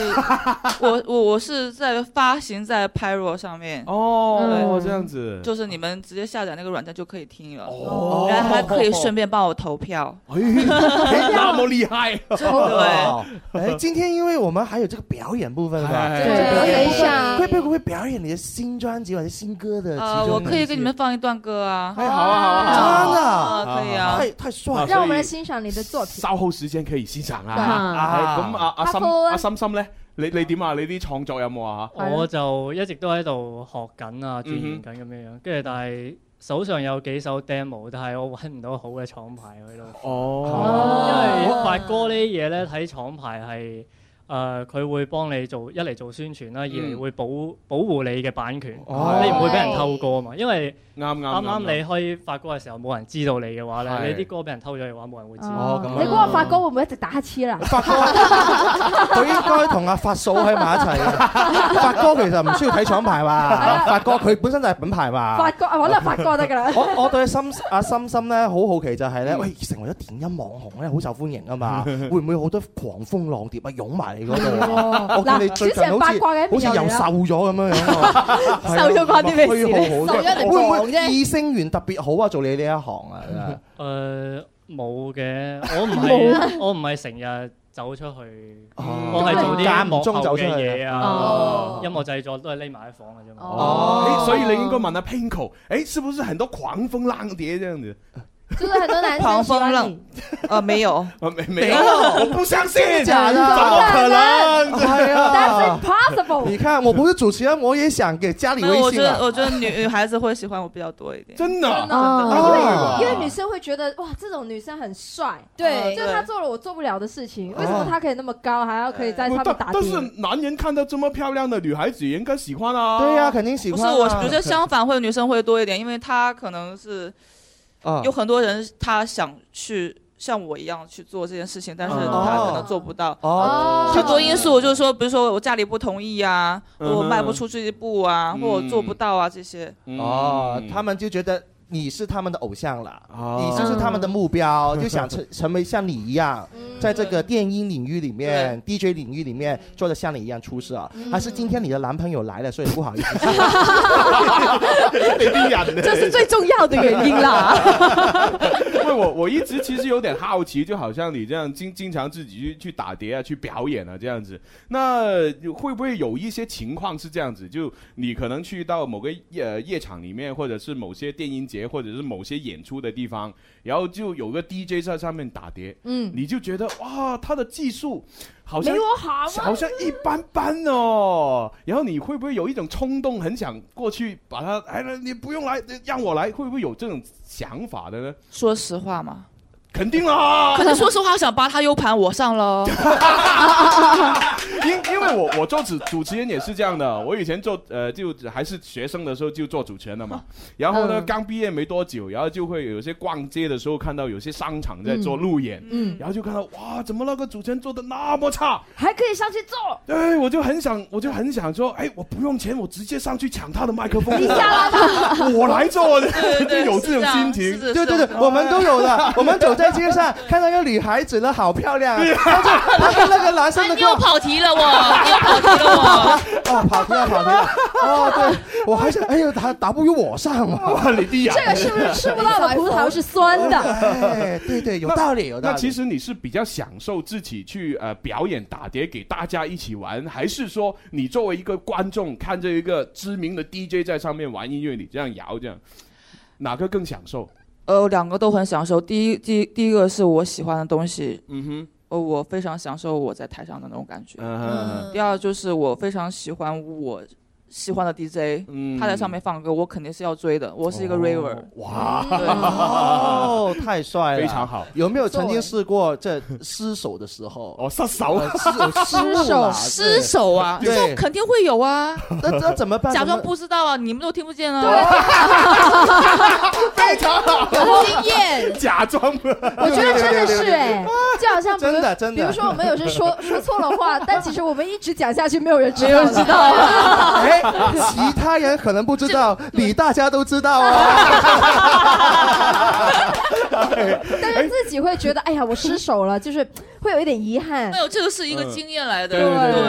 Speaker 14: 我我我是在发行在 Pyro 上面
Speaker 5: 哦
Speaker 14: 对
Speaker 5: 这样子
Speaker 14: 就是你们直接下载那个软件就可以听了，哦然后还可以顺便帮我投票，
Speaker 3: 哎
Speaker 5: 那么厉害，
Speaker 3: 哦哎，今天因为我们还有这个表演部分吧，
Speaker 5: 哎
Speaker 3: 这个表演部
Speaker 14: 对哎
Speaker 3: 分，会不会表演你的新专辑或者新歌的
Speaker 14: 呃，
Speaker 3: 其
Speaker 14: 我
Speaker 3: 中的
Speaker 14: 可以给
Speaker 3: 一些
Speaker 14: 你们放一段歌啊，
Speaker 3: 哎好啊好啊好啊
Speaker 14: 啊可以啊，
Speaker 3: 太太帅了
Speaker 5: 啊所以
Speaker 15: 讓我們來欣賞你的作品。
Speaker 5: 稍後時間可以欣賞
Speaker 15: 對
Speaker 5: 啊。啊咁啊阿
Speaker 15: 阿
Speaker 5: 心
Speaker 15: 科
Speaker 5: 阿心心咧，你你點啊？你啲創作有冇啊？
Speaker 16: 我就一直都喺度學緊啊，鑽
Speaker 5: 嗯
Speaker 16: 研緊咁樣樣，跟住但係手上有幾首 demo，但係我揾唔到好嘅廠牌去到。
Speaker 5: 哦
Speaker 16: 因為發歌呢啲嘢咧，睇廠牌係。誒佢、會幫你做一嚟做宣傳啦，二嚟會保保護你嘅版權，
Speaker 5: 嗯哦
Speaker 16: 你唔會俾人偷歌啊嘛。因為
Speaker 5: 啱啱
Speaker 16: 啱啱
Speaker 5: 啱
Speaker 16: 你開發歌嘅時候，冇人知道你嘅話
Speaker 5: 係
Speaker 16: 咧，你啲歌俾人偷咗嘅話，冇人會知。
Speaker 3: 哦咁樣
Speaker 15: 嗯你估我發哥會唔會一直打乞嗤啦？
Speaker 3: 發哥， 佢應 該同阿發嫂喺埋一齊嘅。發哥其實唔需要睇廠牌嘛，發哥佢本身就係品牌嘛。
Speaker 15: 啊發哥啊，揾阿發哥得㗎啦。 嗯
Speaker 3: 我我對心阿心心咧好好奇就係咧，喂成為咗電音網紅咧好受歡迎 啊嘛，會唔會好多狂風浪蝶啊湧埋你嗰度啊？
Speaker 15: 係喎
Speaker 3: 我見你
Speaker 15: 哦嗱
Speaker 3: 最
Speaker 15: 主
Speaker 3: 近好
Speaker 15: 持人八
Speaker 3: 似
Speaker 15: 卦嘅一面
Speaker 3: 好似
Speaker 15: 有
Speaker 3: 又
Speaker 15: 你啦
Speaker 3: 瘦咗咁樣樣 喎，係啊
Speaker 15: 瘦咗關啲咩事咧
Speaker 3: 虛好
Speaker 15: 瘦咗人哋
Speaker 3: 好會唔會
Speaker 15: 忙啫
Speaker 3: 異性緣特別好啊？做你呢一行啊？真 係
Speaker 16: 誒冇嘅，我唔
Speaker 3: 冇
Speaker 16: 係我唔係成日走出去，我係做啲
Speaker 3: 間
Speaker 16: 幕
Speaker 3: 唔中
Speaker 16: 後
Speaker 3: 走出
Speaker 16: 嘅
Speaker 3: 去
Speaker 16: 嘢啊
Speaker 3: 哦，
Speaker 16: 音樂製作都係匿埋喺房嘅啫嘛。
Speaker 5: 哦，誒所以你應該問阿 Pinko，誒，是不是很多狂風浪蝶這樣子？
Speaker 15: 就是很多男生
Speaker 14: 狂
Speaker 15: 喜歡
Speaker 14: 风浪
Speaker 15: 你。，
Speaker 14: 呃，没有，
Speaker 5: 啊没
Speaker 14: 沒
Speaker 5: 没
Speaker 14: 有
Speaker 5: 有，我不相信，
Speaker 14: 真的
Speaker 5: 怎
Speaker 14: 假的
Speaker 5: 麼可能？
Speaker 3: 係啊
Speaker 15: That's impossible
Speaker 3: 你看，我不是主持人，我也想給家裡
Speaker 14: 没有，我
Speaker 3: 微
Speaker 14: 觉
Speaker 3: 信啊
Speaker 14: 得。我觉得女女孩子会喜欢我比较多一点，
Speaker 5: 真的
Speaker 14: 真的
Speaker 15: 啊，因为因为女生会觉得哇，这种女生很帅，哦
Speaker 14: 对
Speaker 15: 就是她做了我做不了的事情，为什么她可以那么高，还要可以在上面
Speaker 5: 但
Speaker 15: 打
Speaker 5: 但
Speaker 15: 碟？
Speaker 5: 是男人看到這麼漂亮的女孩子，也應該喜歡啊。
Speaker 3: 對呀肯定喜
Speaker 14: 哦不是我，我觉得相反会女生会多一点，因为她可能是
Speaker 3: 啊
Speaker 14: 有很多人她想去像我一样去做这件事情，但是
Speaker 4: 哦
Speaker 14: 他可能做不到。
Speaker 4: 哦
Speaker 14: 很多因素就是说，比如说我家里不同意啊，我迈不出这一步啊，
Speaker 3: 嗯
Speaker 14: 或者我做不到啊这些。
Speaker 3: 哦，他们就觉得你是他们的偶像了，你就是他们的目标，就想成成为像你一样，在这个电音领域里面、DJ 领域里面做的像你一样出色啊？还是今天你的男朋友来了，所以不好意思？
Speaker 5: 你啲人呢
Speaker 6: 这是最重要的原因啦。
Speaker 5: 因为我我一直其实有点好奇，就好像你这样经经常自己去去打碟啊，去表演啊这样子，那会不会有一些情况是这样子？就你可能去到某个夜呃夜场里面，或者是某些电音节，或者是某些演出的地方，然后就有个 DJ 在上面打碟，
Speaker 13: 嗯
Speaker 5: 你就觉得哇，他的技术好像
Speaker 13: 没我好啊
Speaker 5: 好像一般般哦。然后你会不会有一种冲动，很想过去把他，哎，你不用来，让我来，会不会有这种想法的呢？
Speaker 14: 说实话嘛，
Speaker 5: 肯定啦。
Speaker 14: 可是说实话，我想扒他 U 盘，我上 喽。
Speaker 5: 因 因为我我做主主持人也是这样的，我以前做呃就还是学生的时候就做主持人了嘛，然后呢
Speaker 11: 嗯
Speaker 5: 刚毕业没多久，然后就会有些逛街的时候看到有些商场在做
Speaker 11: 嗯
Speaker 5: 路演，
Speaker 11: 嗯
Speaker 5: 然后就看到哇怎么那个主持人做的那
Speaker 4: 뭐
Speaker 5: 么差，
Speaker 15: 还可以上去做。
Speaker 5: 对，哎我就很想，我就很想说，哎，我不用钱，我直接上去抢他的麦克风，
Speaker 15: 你下来吧
Speaker 5: 我来做的，
Speaker 3: 对 对
Speaker 5: 就有这哦种心情，
Speaker 3: 对对对，我们都有的。我们走在街上，看到一个女孩子呢，好漂亮啊，她就她跟那个男生的又
Speaker 14: 跑题了，我又跑题了，我。
Speaker 3: 哦，跑题了，跑题了。哦，对，我还想，哎呦，打打不如我上嘛，
Speaker 5: 你的呀，
Speaker 15: 这个是不是吃不到的葡萄是酸的？
Speaker 3: 哎，对对，有道理，有道理。
Speaker 5: 那其实你是比较享受自己去呃表演打碟给大家一起玩，还是说你作为一个观众看着一个知名的 DJ 在上面玩音乐，你这样摇这样，哪个更享受？
Speaker 14: 呃，两个都很享受。第一，第一第一个是我喜欢的东西，
Speaker 5: 嗯哼，
Speaker 14: 呃，我非常享受我在台上的那种感觉。
Speaker 5: 嗯
Speaker 14: 第二就是我非常喜欢我喜欢的 DJ，、他
Speaker 3: 嗯
Speaker 14: 在上面放歌，我肯定是要追的。我是一个 raver，、
Speaker 3: 哦哇
Speaker 14: 对
Speaker 3: 哦，太帅了，
Speaker 5: 非常好。
Speaker 3: 有没有曾经试过这失手的时候？呃
Speaker 5: 哦，失手
Speaker 3: 失失误
Speaker 14: 手
Speaker 3: 啦
Speaker 14: 失手啊，这
Speaker 3: 对
Speaker 14: 种，肯定会有啊。
Speaker 3: 那那怎么办？
Speaker 14: 假
Speaker 3: 怎么
Speaker 14: 装不知道啊，你们都听不见啊。
Speaker 3: 非常好，
Speaker 15: 有经 验
Speaker 5: 假装不。
Speaker 15: 我
Speaker 3: 我
Speaker 15: 觉得真的是哎，就好像比如
Speaker 3: 啊真的真的
Speaker 15: 比如说我们有时说 说错了话，但其实我们一直讲下去，没有人知道，
Speaker 3: 没有人 知道哎，其他人可能不知道，你大家都知道哦。
Speaker 15: 但是自己会觉得，哎呀，我失手了，就是会有一点遗憾
Speaker 14: 哎。呦，这个是一个经验来的，
Speaker 3: 嗯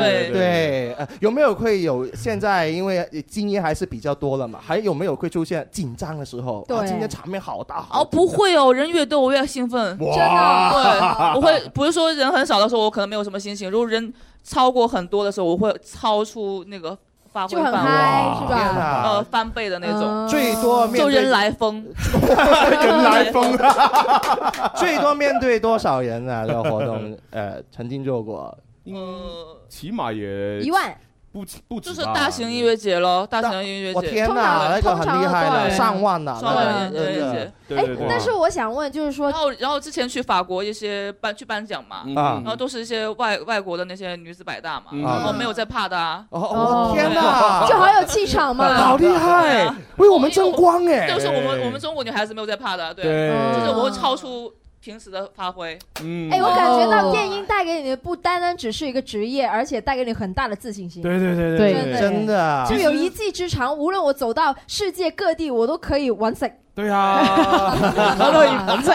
Speaker 3: 对对，呃有没有会有现在因为经验还是比较多了嘛？还有没有会出现紧张的时候？啊
Speaker 14: 对
Speaker 3: 今天场面好大，好
Speaker 14: 哦，不会哦，人越多我越兴奋，
Speaker 3: 哇真的
Speaker 14: 对，我会不是说人很少的时候我可能没有什么心情，如果人超过很多的时候，我会超出那个发挥
Speaker 15: 就很
Speaker 14: 范围，
Speaker 15: 嗨哇是吧嗯
Speaker 3: 天哪
Speaker 14: 呃，翻倍的那种，
Speaker 3: 最多面
Speaker 14: 就
Speaker 3: 对
Speaker 14: 人来 疯，
Speaker 3: 人来疯，最多面对多少人啊？这个活动，呃，曾经做过，
Speaker 14: 呃
Speaker 5: 嗯，起码也
Speaker 15: 一万，
Speaker 5: 不不止
Speaker 14: 就是
Speaker 5: 吧，
Speaker 14: 大型音乐节咯，大型音乐节，
Speaker 3: 我天哪，那个很厉害了，
Speaker 14: 对
Speaker 3: 上万了，
Speaker 14: 上万
Speaker 3: 那个
Speaker 14: 人
Speaker 3: 真的
Speaker 14: 人
Speaker 5: 对
Speaker 15: 哎
Speaker 5: 对对，，
Speaker 15: 但是我想问，就是说
Speaker 14: 然，后，然后之前去法国一些颁去颁奖嘛，
Speaker 3: 嗯
Speaker 14: 然后都是一些外外国的那些女子百大嘛，
Speaker 3: 嗯
Speaker 14: 然后没有在怕的啊。
Speaker 3: 哦，我天
Speaker 15: 哦
Speaker 3: 哪，
Speaker 15: 就好有气场 嘛
Speaker 3: 好厉害，为我们争光哎，
Speaker 14: 就是我们我们中国女孩子没有在怕的，对，
Speaker 3: 对
Speaker 14: 就是我会超出平时的发挥。
Speaker 5: 嗯
Speaker 15: 哎，我感觉到电音带给你的不单单只是一个职业，而且带给你很大的自信心。
Speaker 4: 네,
Speaker 5: 对对
Speaker 6: 네,
Speaker 5: 对
Speaker 3: 对
Speaker 5: 对，
Speaker 3: 真的啊
Speaker 15: 就有一技之长，无论我走到世界各地，我都可以玩死。
Speaker 5: 对啊，
Speaker 15: 可以玩死。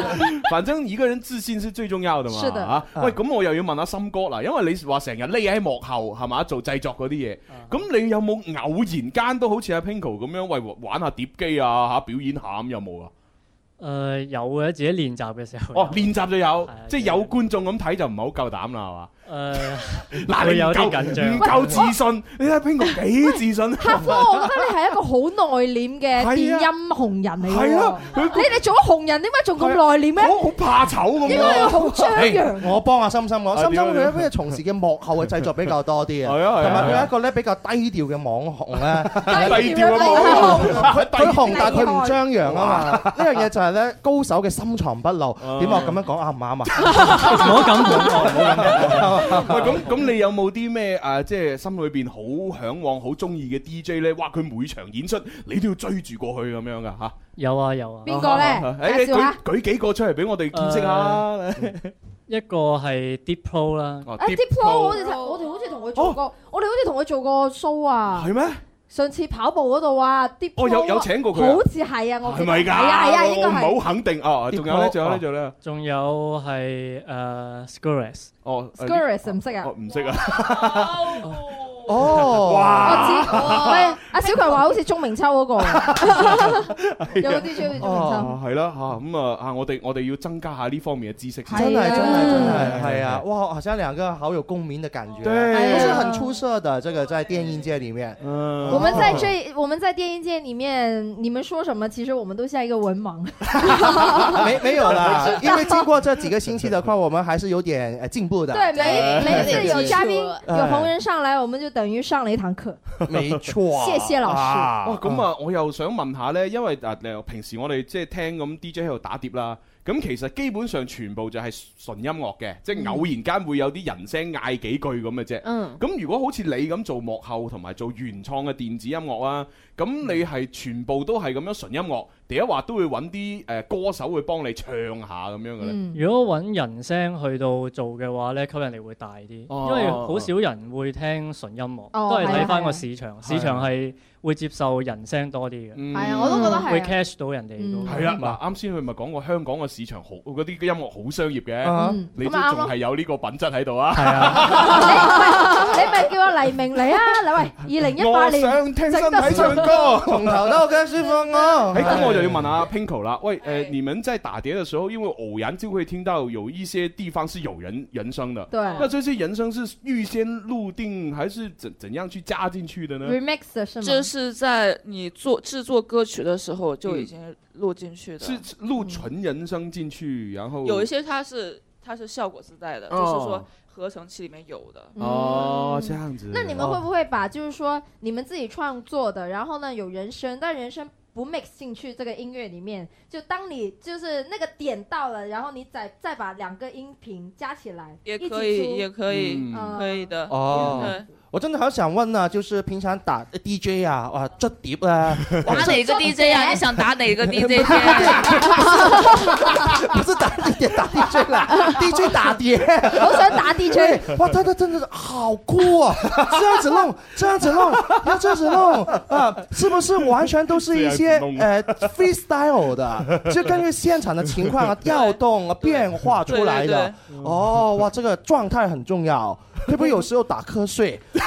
Speaker 5: 反正一個人自信是最重要嘅嘛。
Speaker 15: 是的
Speaker 5: 啊喂，咁我又要問下森哥啦，因為你話成日匿喺幕後係嘛做製作嗰啲嘢，
Speaker 15: 啊
Speaker 5: 咁你有冇偶然間都好似阿 Pinko 咁樣喂玩下碟機啊嚇表演下咁有冇啊？
Speaker 16: 誒有嘅，自己練習嘅時候有。
Speaker 5: 哦，練習就有，即係有觀眾咁睇就唔係好夠
Speaker 16: 誒
Speaker 5: 膽啦，係 嘛？嗱，
Speaker 16: 會
Speaker 5: 你唔
Speaker 16: 有啲
Speaker 5: 夠
Speaker 16: 緊張
Speaker 5: 唔夠自信，你睇 Pinko 幾自信。
Speaker 15: 客科，我覺得你係一個好內斂嘅
Speaker 5: 係啊
Speaker 15: 電音紅人嚟嘅喎。
Speaker 5: 係啊
Speaker 15: 你哋做咗紅人，點解仲咁內斂咩？
Speaker 5: 好怕醜咁。
Speaker 15: 應該要好張揚。
Speaker 3: 我幫阿心心講，
Speaker 5: 啊
Speaker 3: 心心
Speaker 5: 點
Speaker 3: 佢
Speaker 5: 啊
Speaker 3: 因為從事嘅幕後嘅製作比較多啲啊，
Speaker 5: 係啊係啊
Speaker 3: 同埋
Speaker 5: 係
Speaker 3: 佢
Speaker 5: 啊
Speaker 3: 係一個咧比較低調嘅網紅咧，
Speaker 5: 低調嘅網紅
Speaker 3: 佢佢紅
Speaker 5: 低調
Speaker 3: 但佢唔張揚啊嘛，呢樣嘢就係咧啊 高手嘅深藏不露。點解我咁樣講啱唔啱啊？唔好咁講，唔好咁
Speaker 5: 喂，咁咁你有冇啲咩誒，即係心裏邊好向往、好中意嘅 DJ 咧？哇！佢每場演出你都要追住過去咁樣噶嚇。
Speaker 16: 有啊有啊。
Speaker 5: 邊個咧誒介紹下舉舉幾個出嚟俾我哋見識下。
Speaker 16: 一個係 d e e p r o 啦。
Speaker 6: 啊 d e p l o 我哋睇我哋好似同佢做過，我哋好似同佢做過 show 啊。
Speaker 5: 哦係咩？
Speaker 6: 上次跑步嗰度啊 d e p
Speaker 5: 哦有有請過佢啊
Speaker 6: 好似係啊，我記
Speaker 5: 係
Speaker 6: 得
Speaker 5: 咪㗎？
Speaker 6: 係啊係啊，應該
Speaker 5: 我唔係好
Speaker 6: 係。
Speaker 5: 肯定啊。仲有咧，仲有咧，仲有咧。
Speaker 16: 仲有係誒 s c u r r i s
Speaker 5: 哦
Speaker 6: s c u r i s 唔識啊
Speaker 5: 我？唔識啊。哇哦
Speaker 6: 哦我知，唔係阿小強話好似鍾明秋嗰個啊，有冇 DJ 好似鍾明秋？
Speaker 5: 啊哦，係啦嚇，咁啊啊，我哋我哋要增加下呢方面嘅知識
Speaker 6: 啊
Speaker 5: 先。
Speaker 3: 真的，真的，真的，哎呀，
Speaker 5: 係啊
Speaker 3: 哇，好像两个好有共鸣的感觉，
Speaker 5: 对
Speaker 3: 都是很出色的。这个在电音界里面，
Speaker 5: 嗯
Speaker 6: 我们在这，我们在电音界里面，你们说什么，其实我们都像一个文盲。
Speaker 3: 没没有啦
Speaker 6: 我不，知道
Speaker 3: 因为经过这几个星期的话，我们还是有点呃进步的。
Speaker 6: 对，每每 次有嘉宾、
Speaker 3: 哎
Speaker 6: 有红人上来，我们就等于上了一堂课。
Speaker 3: 没錯
Speaker 6: 謝謝老師
Speaker 5: 啊哇，咁啊，我又想問下呢，因為啊，誒平時我哋即係聽咁 DJ 喺度打碟啦，咁其實基本上全部就係純音樂嘅，即係偶然間會有啲人聲嗌幾句咁嘅啫。
Speaker 4: 嗯
Speaker 5: 咁如果好似你咁做幕後同埋做原創嘅電子音樂啊，咁你係全部都係咁樣純音樂，第一話都會揾啲誒歌手會幫你唱下咁樣嘅
Speaker 6: 嗯
Speaker 5: 咧。
Speaker 16: 如果揾人聲去到做嘅話咧，吸引力會大啲，
Speaker 5: 哦
Speaker 16: 因為好少人會聽純音樂，
Speaker 6: 哦
Speaker 16: 都係
Speaker 6: 係啊
Speaker 16: 睇翻
Speaker 6: 係啊
Speaker 16: 個市場，市場係會接受人聲多啲嘅。
Speaker 5: 係啊
Speaker 6: 我都覺得係啊
Speaker 16: 會 catch 到人哋嗰
Speaker 6: 嗯
Speaker 16: 個。
Speaker 5: 係啊，嗱，啱先佢咪講過香港嘅市場好，嗰啲音樂好商業嘅
Speaker 16: 嗯，
Speaker 5: 你都
Speaker 6: 咁咪啱
Speaker 5: 仲
Speaker 6: 咯
Speaker 5: 係有呢個品質喺度啊。
Speaker 6: 你你咪叫阿黎明嚟啊！你喂，二零一八年
Speaker 5: 我想聽身體唱歌，
Speaker 6: 嗯啊
Speaker 5: 哎，
Speaker 6: 哦
Speaker 5: 咁我就要問下 Pinko 啦。喂，呃，你们在打碟的时候，因为偶然就会听到有一些地方是有人人声的。
Speaker 6: 对
Speaker 5: 那这些人声是预先录定，还是怎怎样去加进去的呢？
Speaker 6: remix 的是吗？
Speaker 14: 这是在你做制作歌曲的时候就已经录进去的。
Speaker 5: 嗯是是录纯人声进去，然后
Speaker 14: 有一些它是它是效果自带的，就是
Speaker 5: 嗯哦
Speaker 14: 说合成器里面有的。
Speaker 5: 哦这样子。
Speaker 6: 那你们会不会把就是说你们自己创作的，然后呢有人声，但人声不 mix 进去这个音乐里面？就当你就是那个点到了，然后你再再把两个音频加起来，
Speaker 14: 也
Speaker 6: 一起
Speaker 14: 可以，
Speaker 6: 出
Speaker 14: 也可以，
Speaker 6: 嗯
Speaker 14: 可以的。
Speaker 3: 哦
Speaker 14: 对，
Speaker 3: 我真的好想问呢，就是平常打 DJ 啊，哇，这碟啊呢？
Speaker 14: 打哪 个 DJ 啊？你想打哪个 DJ
Speaker 3: 不是打碟打 DJ 啦，DJ 打碟，
Speaker 6: 好 想打 DJ
Speaker 3: 对哇，他他真的是好酷啊！ 这样子弄，这样子弄，要这样子弄啊，是不是完全都是一些呃 freestyle 的，就根据现场的情况啊、调动啊、变化出来的
Speaker 14: 对对。
Speaker 3: 哦，哇，这个状态很重要，会不会有时候打 瞌睡？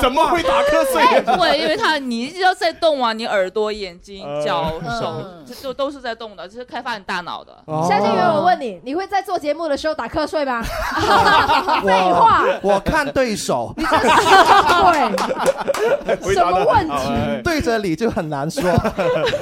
Speaker 5: 怎么会打瞌
Speaker 14: 哎， 不会，因为它你一直要在动啊，你耳朵、眼睛
Speaker 5: 呃
Speaker 3: 嗯、
Speaker 14: 脚、
Speaker 3: 嗯
Speaker 14: 手，这都都是在动的，这是开发你大脑的。
Speaker 5: 哦
Speaker 6: 夏静源，我问你，你会在做节目的时候打瞌睡吗？
Speaker 3: 废
Speaker 6: 话，
Speaker 3: 我看对手，
Speaker 5: 回答得很好？哎
Speaker 3: 对着你就很难说。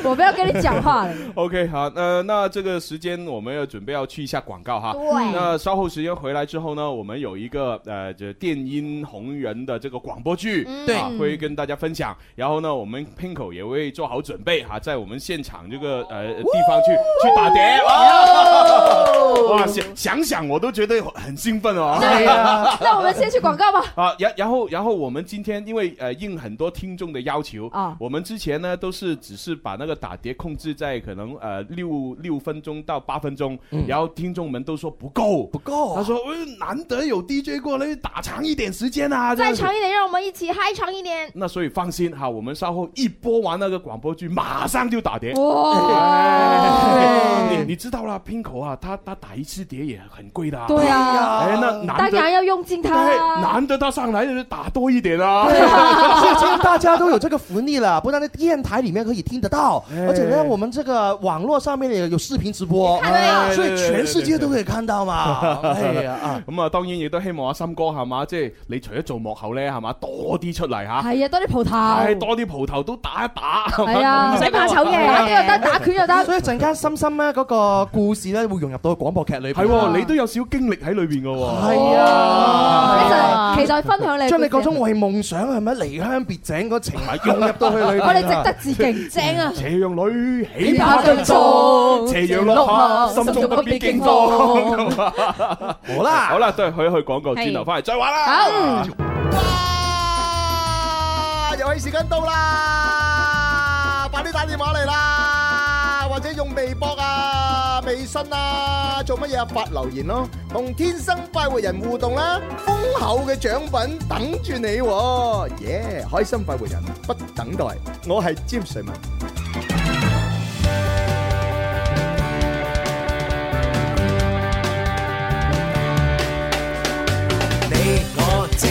Speaker 6: 我不要跟你讲话了。
Speaker 5: OK，好，呃，那这个时间我们要准备要去一下广告哈。
Speaker 6: 对
Speaker 5: 那稍后时间回来之后呢，我们有一个呃，这电音红人的这个广播剧，
Speaker 6: 嗯
Speaker 3: 对
Speaker 5: 啊，会跟大家分享。然后呢，我们 Pinko 也会做好准备哈、在我们现场这
Speaker 6: 哦
Speaker 5: 个呃地方去去打碟。哦，哇，想想想我都觉得很兴奋哦。
Speaker 6: 那我们先去广告吧。
Speaker 5: 啊，然然后然后我们今天因为呃应很多听众的要求
Speaker 6: 啊
Speaker 5: 我们之前呢都是只是把那个打碟控制在可能呃六六分钟到八分钟，
Speaker 6: 嗯
Speaker 5: 然后听众们都说不够不
Speaker 3: 够、
Speaker 6: 啊
Speaker 5: 他说哎难得有 DJ 过来打长一点时间啊，这
Speaker 6: 再
Speaker 5: 样子
Speaker 6: 长一点，让我们一起嗨长一点。
Speaker 5: 那所以放心哈，我们稍后一播完那个广播剧，马上就打碟。
Speaker 6: 哇
Speaker 5: 哎你你知道啦，Pinko 啊，他他打一次碟也很贵的、啊。
Speaker 6: 对啊
Speaker 5: 哎，那难
Speaker 6: 当然
Speaker 5: 得
Speaker 6: 要用尽
Speaker 5: 哎
Speaker 6: 它。啊
Speaker 5: 难得他上来就打多一点啊。
Speaker 3: 最近
Speaker 6: 啊
Speaker 3: 大家都有这个福利了，不但在电台里面可以听得到，而且呢，我们这个网络上面也有视频直播，啊
Speaker 5: 哎
Speaker 3: 所以全世界都可以看到嘛。哎呀，啊！
Speaker 5: 咁啊，當然亦都希望阿森哥係嘛，即係你除咗做幕後咧係嘛，多啲出嚟吓，
Speaker 6: 係啊，多啲蒲頭。
Speaker 5: 係多啲蒲頭都打一打，係嘛
Speaker 6: 係啊唔使怕醜嘅打碟又得打拳又得
Speaker 3: 所以陣間深深咧嗰個故事咧會融入到廣播劇裏邊。
Speaker 5: 係喎，你都有少少經歷喺裏邊嘅喎。
Speaker 3: 係啊，
Speaker 6: 一陣期待分享你嘅
Speaker 3: 將你
Speaker 6: 故
Speaker 3: 嗰
Speaker 6: 事
Speaker 3: 種為夢想係咪離鄉別井嗰情懷融入到去裏邊啊。
Speaker 6: 我哋值得致敬，正啊！
Speaker 5: 斜陽裏
Speaker 6: 起碼都中
Speaker 5: 路斜陽落下，心中不必驚慌。
Speaker 3: 好啦，
Speaker 5: 好啦，都係去去廣告，
Speaker 3: 係
Speaker 5: 轉頭翻嚟再玩啦。
Speaker 3: 好。
Speaker 9: 啊，遊戲時間到啦，快啲打電話嚟啦，或者用微博啊、微信
Speaker 4: à,
Speaker 9: 啊，做乜嘢啊？發留言咯，同天生快活人互動啦，豐厚嘅獎品等住你喎，耶！開心快活人不等待，我係詹瑞文。
Speaker 4: 你我精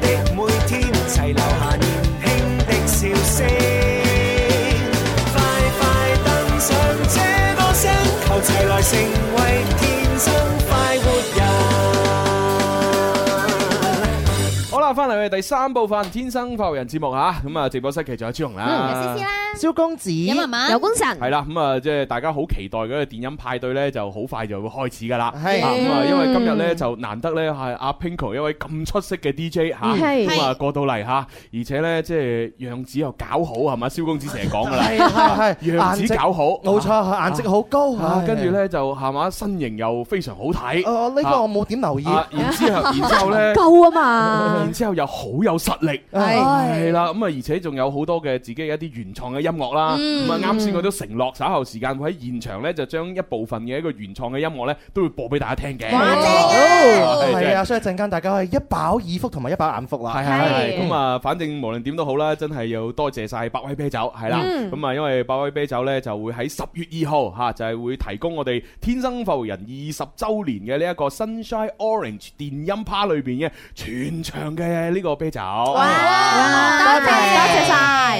Speaker 4: 的每天，齊留下年輕的笑聲。快快登上這歌聲，求齊來成為天生快活人。
Speaker 5: 好啦，翻嚟我哋第三部分《天生發育人》節目吓，咁啊直播室其實有朱紅啦，
Speaker 3: 嗯有 C C 啦蕭公子，
Speaker 5: 有係啦，咁啊，即係大家好期待嗰個電音派對咧，就好快就會開始噶啦。
Speaker 3: 係
Speaker 5: 啊咁啊，
Speaker 3: 嗯
Speaker 5: 因為今日咧就難得咧係阿 Pinko 一位咁出色嘅 DJ 嚇，
Speaker 3: 嗯係
Speaker 5: 咁啊過到嚟嚇，而且咧即係樣子又搞好係嘛？蕭公子成日講噶啦，
Speaker 3: 係係係
Speaker 5: 樣子搞好，
Speaker 3: 顏值冇錯
Speaker 5: 啊
Speaker 3: 顏值好高
Speaker 5: 啊
Speaker 3: 係
Speaker 5: 跟住咧就係嘛身形又非常好睇。
Speaker 3: 哦，呢個我冇點留意
Speaker 5: 啊。然之 後，然之後咧，
Speaker 3: 夠啊嘛
Speaker 5: 然之後又好有實力，
Speaker 3: 係
Speaker 5: 係啦，咁啊，而且仲有好多嘅自己嘅一啲原創嘅音樂啦。
Speaker 3: 嗯
Speaker 5: 咁啊，啱先我都承諾稍後時間會喺現場咧，就將一部分嘅一個原創嘅音樂咧，都會播俾大家聽嘅。
Speaker 3: 哦
Speaker 5: 係
Speaker 3: 啊係啊，所以陣間大家係一飽耳福同埋一飽眼福啦。
Speaker 5: 係係係，咁啊，反正無論點都好啦，真係要多謝晒百威啤酒，係啦，
Speaker 3: 嗯
Speaker 5: 咁啊，因為百威啤酒呢，就會喺十月二號嚇，就係會提供我哋天生浮人二十周年嘅呢一個 Sunshine Orange 電音趴裏邊嘅全場嘅呢個啤酒。
Speaker 7: 哇，多謝多謝晒。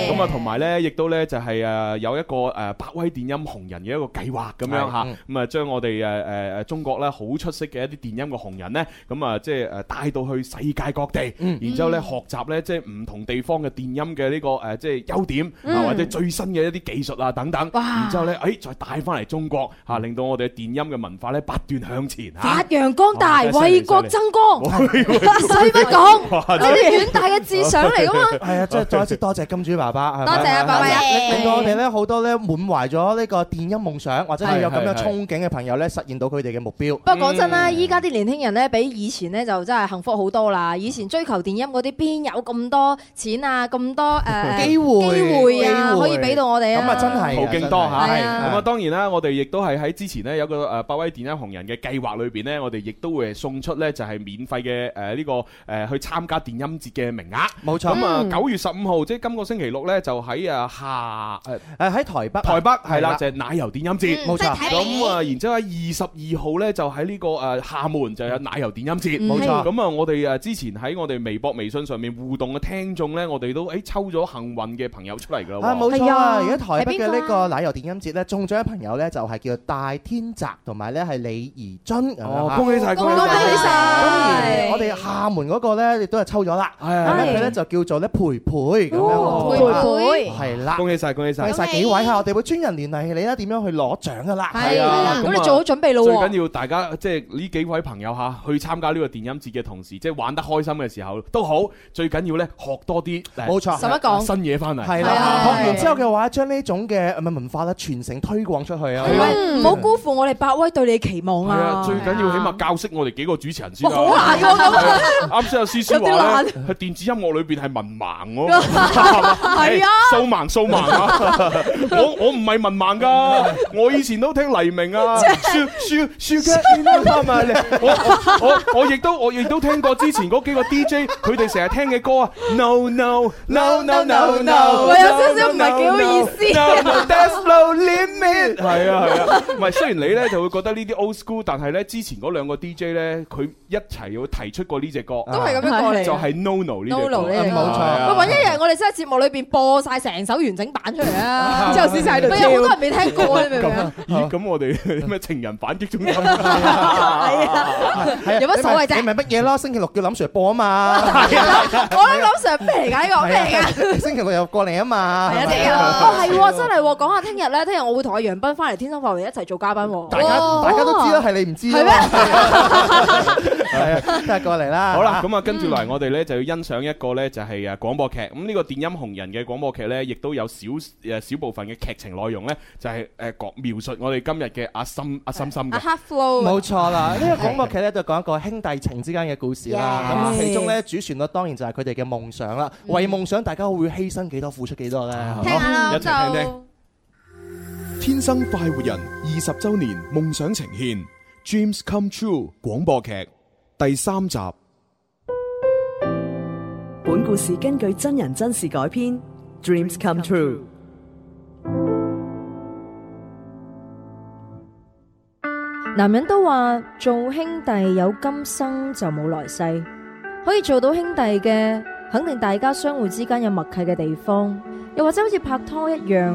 Speaker 5: 咁啊，同埋咧，亦都咧就係誒有一個誒百威電音紅人嘅一個計劃咁樣嚇，咁啊將我哋誒誒誒中國咧好出色嘅一啲電音嘅紅人咧，咁啊即係誒帶到去世界各地，然之後咧學習咧即係唔同地方嘅電音嘅呢個誒即係優點啊
Speaker 3: 嗯
Speaker 5: 或者最新嘅一啲技術啊等等，然之後咧誒再帶翻嚟中國嚇，令到我哋嘅電音嘅文化咧不斷向前嚇。
Speaker 6: 發揚光大，
Speaker 5: 哇真係犀利
Speaker 6: 為國爭光。
Speaker 5: 使
Speaker 6: 乜 講
Speaker 5: 呢
Speaker 6: 呢啲遠大嘅志想嚟 㗎嘛
Speaker 3: 係啊，即係再一次多謝金主爸爸，係咪
Speaker 6: 多謝啊爸爸
Speaker 3: 令令到我哋咧好多咧滿懷咗呢個電音夢想，或者係有咁
Speaker 5: 係
Speaker 3: 樣
Speaker 5: 係係
Speaker 3: 憧憬嘅朋友咧，實現到佢哋嘅目標。
Speaker 15: 不過講真啦，依家啲年輕人咧，比以前咧就真係幸福好多啦。以前追求電音嗰啲，邊有咁多錢啊，咁多誒
Speaker 3: 機會
Speaker 15: 機會
Speaker 5: à,
Speaker 15: 啊，可以俾到我哋啊。
Speaker 3: 咁啊真係
Speaker 5: 途徑多嚇，
Speaker 3: 係
Speaker 5: 係
Speaker 3: 啊
Speaker 5: 咁啊當然啦，我哋亦都係喺之前呢，有個呃誒百威電音紅人嘅計劃裏邊呢，我哋亦都會送出呢，就係免費嘅誒呢個呃誒去參加電音節嘅名額，
Speaker 3: 冇錯
Speaker 5: 咁啊
Speaker 3: 嗯
Speaker 5: 九月十五號即係今個星期六呢，就喺啊下呃
Speaker 3: 誒喺台北，啊
Speaker 5: 台北係
Speaker 3: 係
Speaker 5: 啦，
Speaker 3: 啦
Speaker 5: 就係奶油電音節，
Speaker 3: 嗯冇錯
Speaker 5: 咁啊，然之後喺二十二號咧，就喺呢個誒廈門就有奶油電音節，
Speaker 3: 嗯冇錯
Speaker 5: 咁啊，我哋誒之前喺我哋微博、微信上面互動嘅聽眾咧，我哋都誒抽咗幸運嘅朋友出嚟㗎啦喎。
Speaker 3: 啊冇錯啊！而家台北
Speaker 5: 係邊
Speaker 3: 嘅
Speaker 5: 個啊
Speaker 3: 呢個奶油電音節咧，中獎嘅朋友咧就係叫戴天澤同埋咧係李怡津咁樣
Speaker 5: 哦
Speaker 3: 嚇
Speaker 5: 恭喜晒恭喜晒恭喜晒
Speaker 3: 咁而我哋廈門嗰個咧亦都係哦抽咗啦，咁咧佢咧就叫做咧培培咁樣，啊
Speaker 5: 培培
Speaker 3: 係啦，
Speaker 5: 恭喜晒，恭喜晒，
Speaker 3: 恭喜晒幾位嚇！我哋會專人聯繫你啦，點樣去攞獎噶啦？
Speaker 5: 係啊，
Speaker 3: 咁
Speaker 5: 啊
Speaker 3: 你做好準備咯
Speaker 5: 最
Speaker 3: 喎
Speaker 5: 緊要大家即係呢幾位朋友吓，去參加呢個電音節嘅同時，即係玩得開心嘅時候都好，最緊要咧學多啲誒
Speaker 3: 冇錯，
Speaker 5: 新嘢翻嚟
Speaker 3: 係啊啦。學完之後嘅話，將呢種嘅呃文化咧傳承推廣出去啊！
Speaker 6: 喂，唔好辜負我哋百威對你嘅期望
Speaker 5: 係啊，
Speaker 6: 啊！
Speaker 5: 最緊要起碼教識我哋幾個主持人先啦。
Speaker 6: 哇好難喎咁啊
Speaker 5: 係啱先有思思
Speaker 6: 有啲
Speaker 5: 話
Speaker 6: 難
Speaker 5: 咧，喺電子音樂裏邊係文盲喎。係
Speaker 6: 係啊
Speaker 5: 掃盲掃盲啊！我我唔係文盲㗎，我以前都聽黎明啊，舒舒舒嘅我我我我亦都我亦都聽過之前嗰幾個 DJ，佢哋成日聽嘅歌啊，No No No No No No，
Speaker 7: 我有少少唔係幾好意思
Speaker 5: No No There's No Limit，係啊係啊，唔係雖然你咧就會覺得呢啲 old school，但係咧之前嗰兩個 DJ 咧，佢一齊要提出過呢只歌，都
Speaker 15: 係咁樣過嚟嘅
Speaker 5: 就係 No No 呢隻歌
Speaker 15: Nolo 呢隻歌
Speaker 5: 係啊
Speaker 15: 喂，揾一日我哋真係節目裏邊播晒成首完整版出嚟啊！
Speaker 5: 之後先晒喺度
Speaker 15: 咪有好多人未聽過，你明唔明啊？
Speaker 5: 咦，咁我哋 咩情人反擊中心？
Speaker 3: Ờ,
Speaker 4: Ờ,
Speaker 3: 係啊
Speaker 15: 有乜所謂啫
Speaker 3: 你咪乜嘢咯？星期六叫林 Sir 播啊嘛。
Speaker 15: 我諗諗上咩嚟㗎？呢個
Speaker 3: à.
Speaker 15: 咩嚟㗎？
Speaker 3: 㗎？星期六又過嚟啊嘛。
Speaker 6: à,
Speaker 15: 係啊，聽日哦
Speaker 6: Ờ,
Speaker 15: 係喎，真係喎，講下聽日咧，聽日我會同阿楊斌翻嚟天生發圍一齊做嘉賓喎。
Speaker 3: 大家大家都知啦，係你唔知。
Speaker 15: 係咩？
Speaker 3: Ờ, à. 係啊，得過嚟啦。
Speaker 5: 好啦，咁啊，跟住嚟我哋咧就要欣賞一個咧就係誒啊廣播劇。咁呢個電音紅人嘅廣播劇咧，亦都有少誒少部分嘅劇情內容咧，就係誒講描述我哋今日嘅阿心阿心心嘅。
Speaker 17: flow
Speaker 15: 啊
Speaker 3: 冇錯啦，呢個廣播劇咧就講一個兄弟情之間嘅故事啦。咁啊，
Speaker 17: Yes
Speaker 3: 其中咧主旋律當然就係佢哋嘅夢想啦。為夢想，大家會犧牲幾多，付出幾多咧？
Speaker 18: 聽下
Speaker 4: Dạ,
Speaker 18: 啦
Speaker 3: 好
Speaker 18: 咁就天生快活人二十周年夢想呈現《Dreams Come True》廣播劇第三集。
Speaker 1: 本故事根據真人真事改編，Dreams Come True。
Speaker 6: 男人都話做兄弟有今生就冇來世，可以做到兄弟嘅，肯定大家相互之間有默契嘅地方，又或者好似拍拖一樣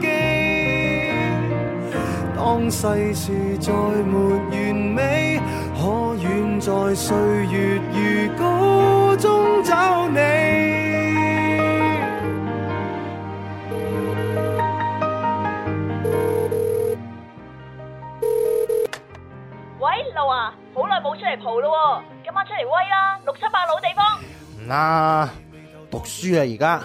Speaker 19: 記。當世事再沒完美，可遠在歲月如歌中找你。 Hãy subscribe cho kênh Ghiền Mì Gõ Để không bỏ lỡ
Speaker 3: 啦，讀書啊而家。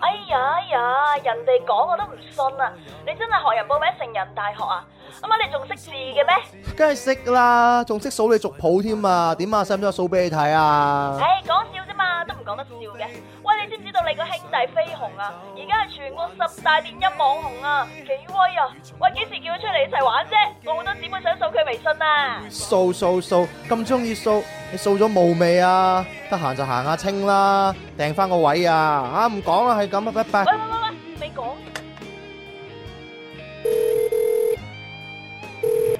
Speaker 20: 哎呀哎呀，人哋講我都唔信啊！你真係學人報名成人大學啊？咁啊，你仲識字嘅咩？
Speaker 3: 梗係識啦，仲識數你族譜添啊！點啊，使唔使我數俾你睇啊？
Speaker 20: 唉，講笑啫嘛，都唔講得笑嘅。喂，你知唔知道你個兄弟飛鴻啊？而家係全國十大電音網紅啊，幾威啊！喂，幾時叫佢出嚟一齊玩啫？我好多姊妹想掃佢微信啊！
Speaker 3: 掃掃掃，咁中意掃，你掃咗冇未啊？得閒就行下清啦，訂翻個位啊！啊，唔講啦，係咁啊，拜拜
Speaker 20: 喂。喂喂喂，未講。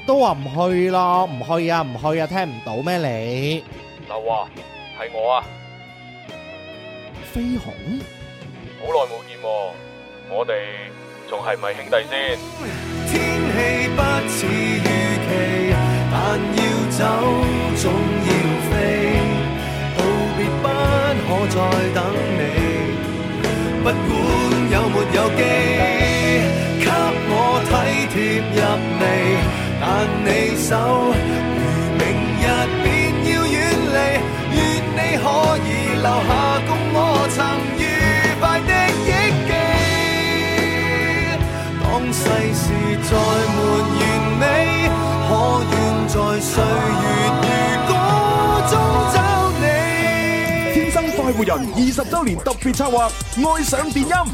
Speaker 3: 都話唔去咯，唔去啊，唔去啊，聽唔到咩你？
Speaker 8: 刘啊，系我啊，
Speaker 3: 飛鴻。
Speaker 8: 好耐冇见喎，我哋仲系咪兄弟先？
Speaker 19: 天氣不似預期，但要走總要飛，道別不可再等你，不管有沒有機，給我體貼入微，但你手如明日便要遠離，願你可以留下共我曾愉快的憶記。當世事再沒完美，可願在歲月如歌中找你。
Speaker 11: 天生快活人二十周年特別策劃《愛上電音》。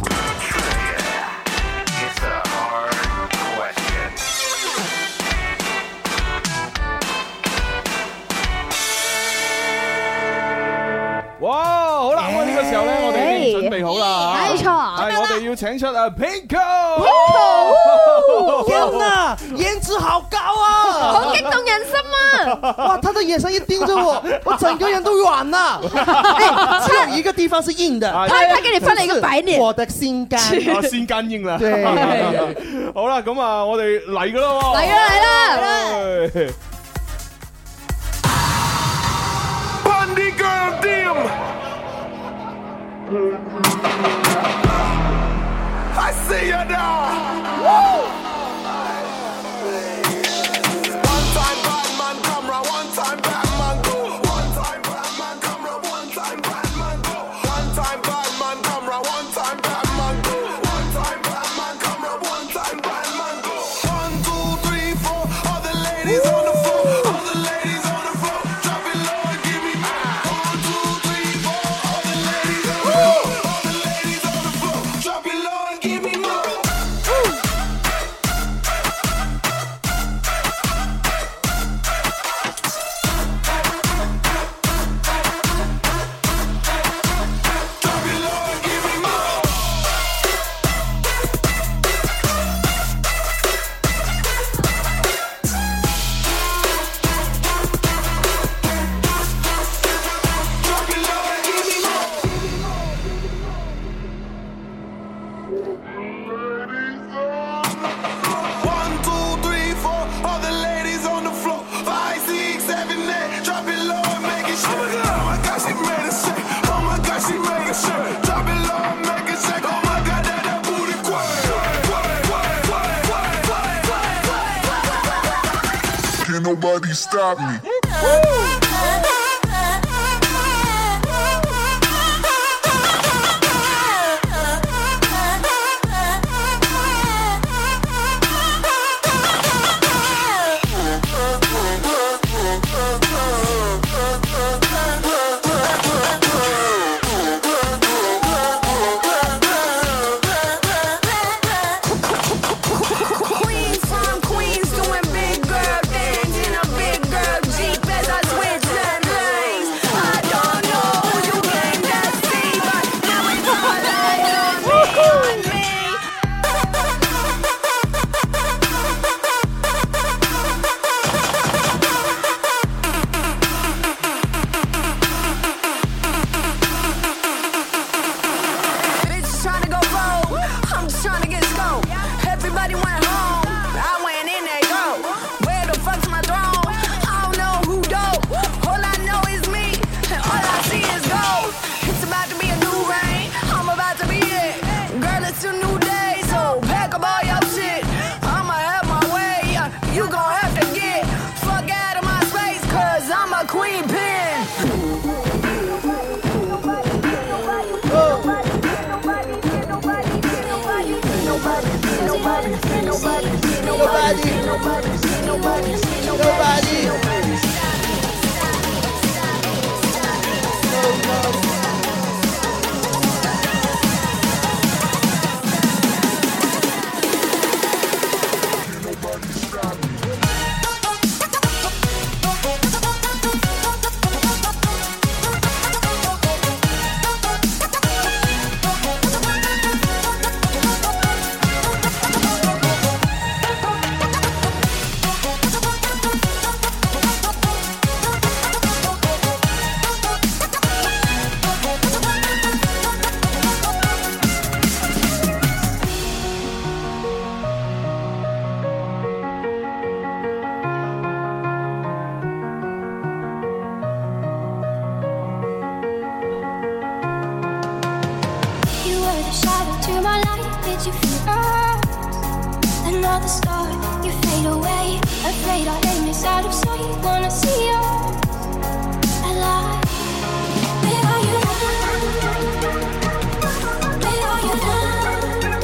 Speaker 5: 哇！好啦，咁啊呢個時候
Speaker 6: 哎
Speaker 5: 咧，我哋已經準備好啦。
Speaker 3: 冇錯
Speaker 5: 係我哋要請出啊 Pinko。。
Speaker 3: 天哪，顏值好高啊！
Speaker 6: 好激動人心啊！
Speaker 3: 哇，他的眼神一盯着我，我整個人都軟了。哎只有一個地方是硬的，
Speaker 6: 他他給你翻了一個白臉
Speaker 3: 是我的心 肝
Speaker 5: 啊，先跟應啦。
Speaker 3: 對
Speaker 5: 好啦，咁啊，我哋嚟噶啦喎。哎
Speaker 6: 嚟啦嚟啦嚟啦
Speaker 5: 嚟啦！
Speaker 19: Bundy Girl Dim。I see you now. Woo! One time Batman camera, one time Batman go. One time Batman camera, one time Batman go. One time Batman camera, one time Batman go. One time Batman camera, one time Batman go. One, two, three, four. All the ladies on the floor. All the ladies on the floor. Drop it low and give me more. One, two, three, four. All the ladies on the floor. All the ladies on the floor. Drop it low and give me more. One, two, three, four. All the ladies on the floor. Five, six, seven, eight. Drop it low and make it shake. Oh my God, she made it shake. Oh my God, she made it shake. Drop it low and make it shake. Oh my God, that that booty quay.
Speaker 21: Can't nobody stop me.
Speaker 4: Queens from Queens doing big girl things in a big girl Jeep as I switch
Speaker 9: nobody, nobody, nobody, nobody.
Speaker 22: You were the shadow to my light. Did you feel us? Another star, you fade away. Afraid our aim is out of sight. Wanna see you alive. Where are you now? Where are you now?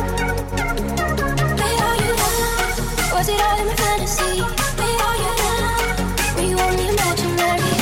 Speaker 22: Where are you now? Was it all in my fantasy? Where are you now? Were you only imaginary?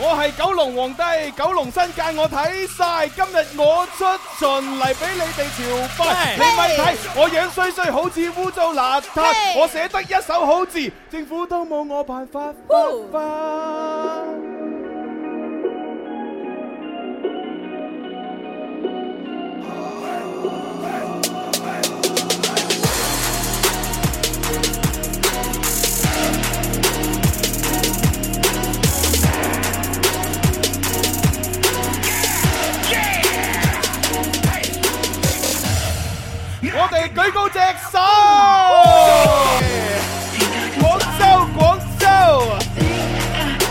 Speaker 5: 我係九龍皇帝，九龍新界我睇晒，今日我出巡嚟俾你哋朝拜。
Speaker 4: 喂。
Speaker 5: 你咪睇，我樣衰衰好似污糟邋遢，我寫得一手好字，政府都冇我辦法。我哋舉高隻手。廣州，廣州。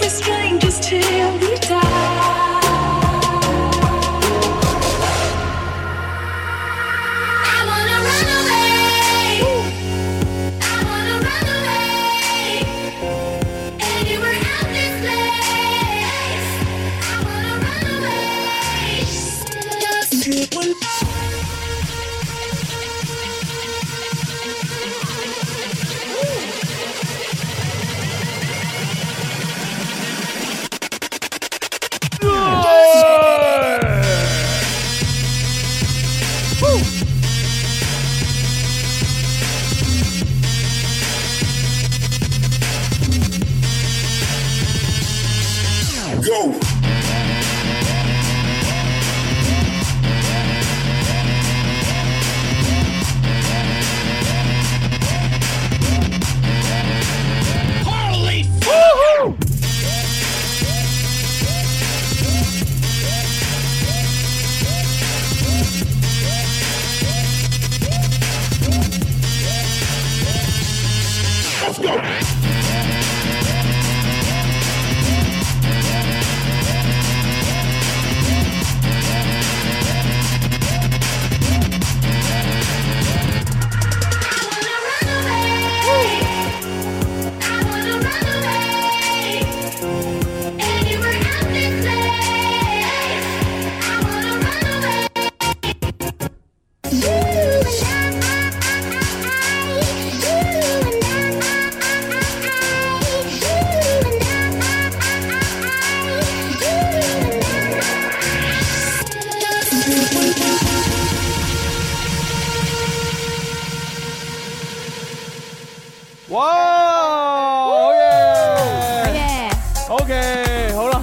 Speaker 4: Till we die. I wanna run away. I wanna run away. Anywhere out this place. I wanna run away. Just take one. Go. Holy woo Let's go.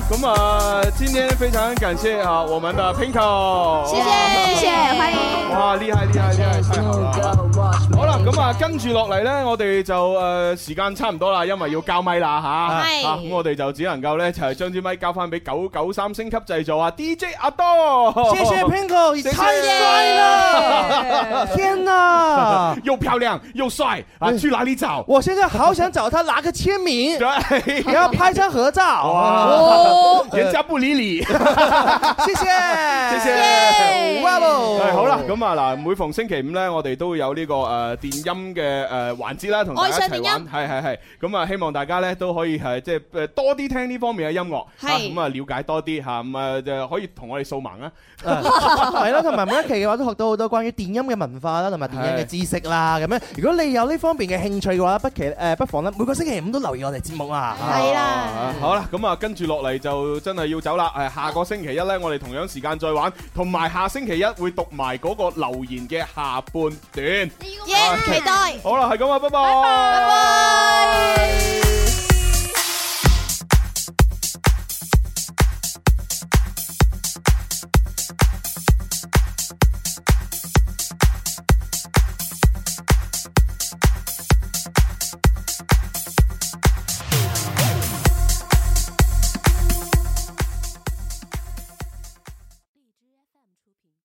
Speaker 5: 咁啊，今天非常感谢啊我们的 Pinko，
Speaker 4: 谢谢谢谢欢迎
Speaker 5: 哇，厉害厉害厉害，太好啦！好啦，咁啊，跟住落嚟咧，我哋就诶時間差唔多啦，因為要交咪啦吓，
Speaker 4: 係
Speaker 5: 嚇咁我哋就只能夠咧就係將支咪交翻俾九九三星級製造啊，DJ 阿多，
Speaker 3: 谢谢 Pingo，你
Speaker 5: 謝謝
Speaker 3: 太 帅了！天哪！嗯
Speaker 5: 又漂亮又帅啊！去哪里找？
Speaker 3: 我现在好想找他拿个 签名，
Speaker 5: 对，
Speaker 3: 然后拍张合照。哦
Speaker 5: 哇，人家不理你，
Speaker 3: 谢谢，
Speaker 5: 谢
Speaker 3: 谢，哇哦
Speaker 5: 係好啦，咁啊嗱，每逢星期五咧，我哋都會有呢個誒電音嘅誒環節啦，同大家一齊
Speaker 4: 愛上電
Speaker 5: 玩，係係係。咁啊，希望大家咧都可以係即係誒多啲聽呢方面嘅音樂，
Speaker 3: 係
Speaker 5: 嚇咁啊了解多啲嚇，咁啊就可以同我哋掃 盲啦。啊
Speaker 3: 系啦，同埋每一期嘅話都學到好多關於電音嘅文化啦，同埋電音嘅知識啦，咁樣。如果你有呢方面嘅興趣嘅話，不期誒不妨咧，每個星期五都留意我哋節目啊。
Speaker 5: 係啦好啦，咁啊跟住落嚟就真係要走啦。誒，下個星期一咧，我哋同樣時間再玩，同埋下星期一會讀埋嗰個留言嘅下半段。
Speaker 4: 耶，期待。
Speaker 5: 好啦，係咁啊，拜拜。
Speaker 4: 拜拜。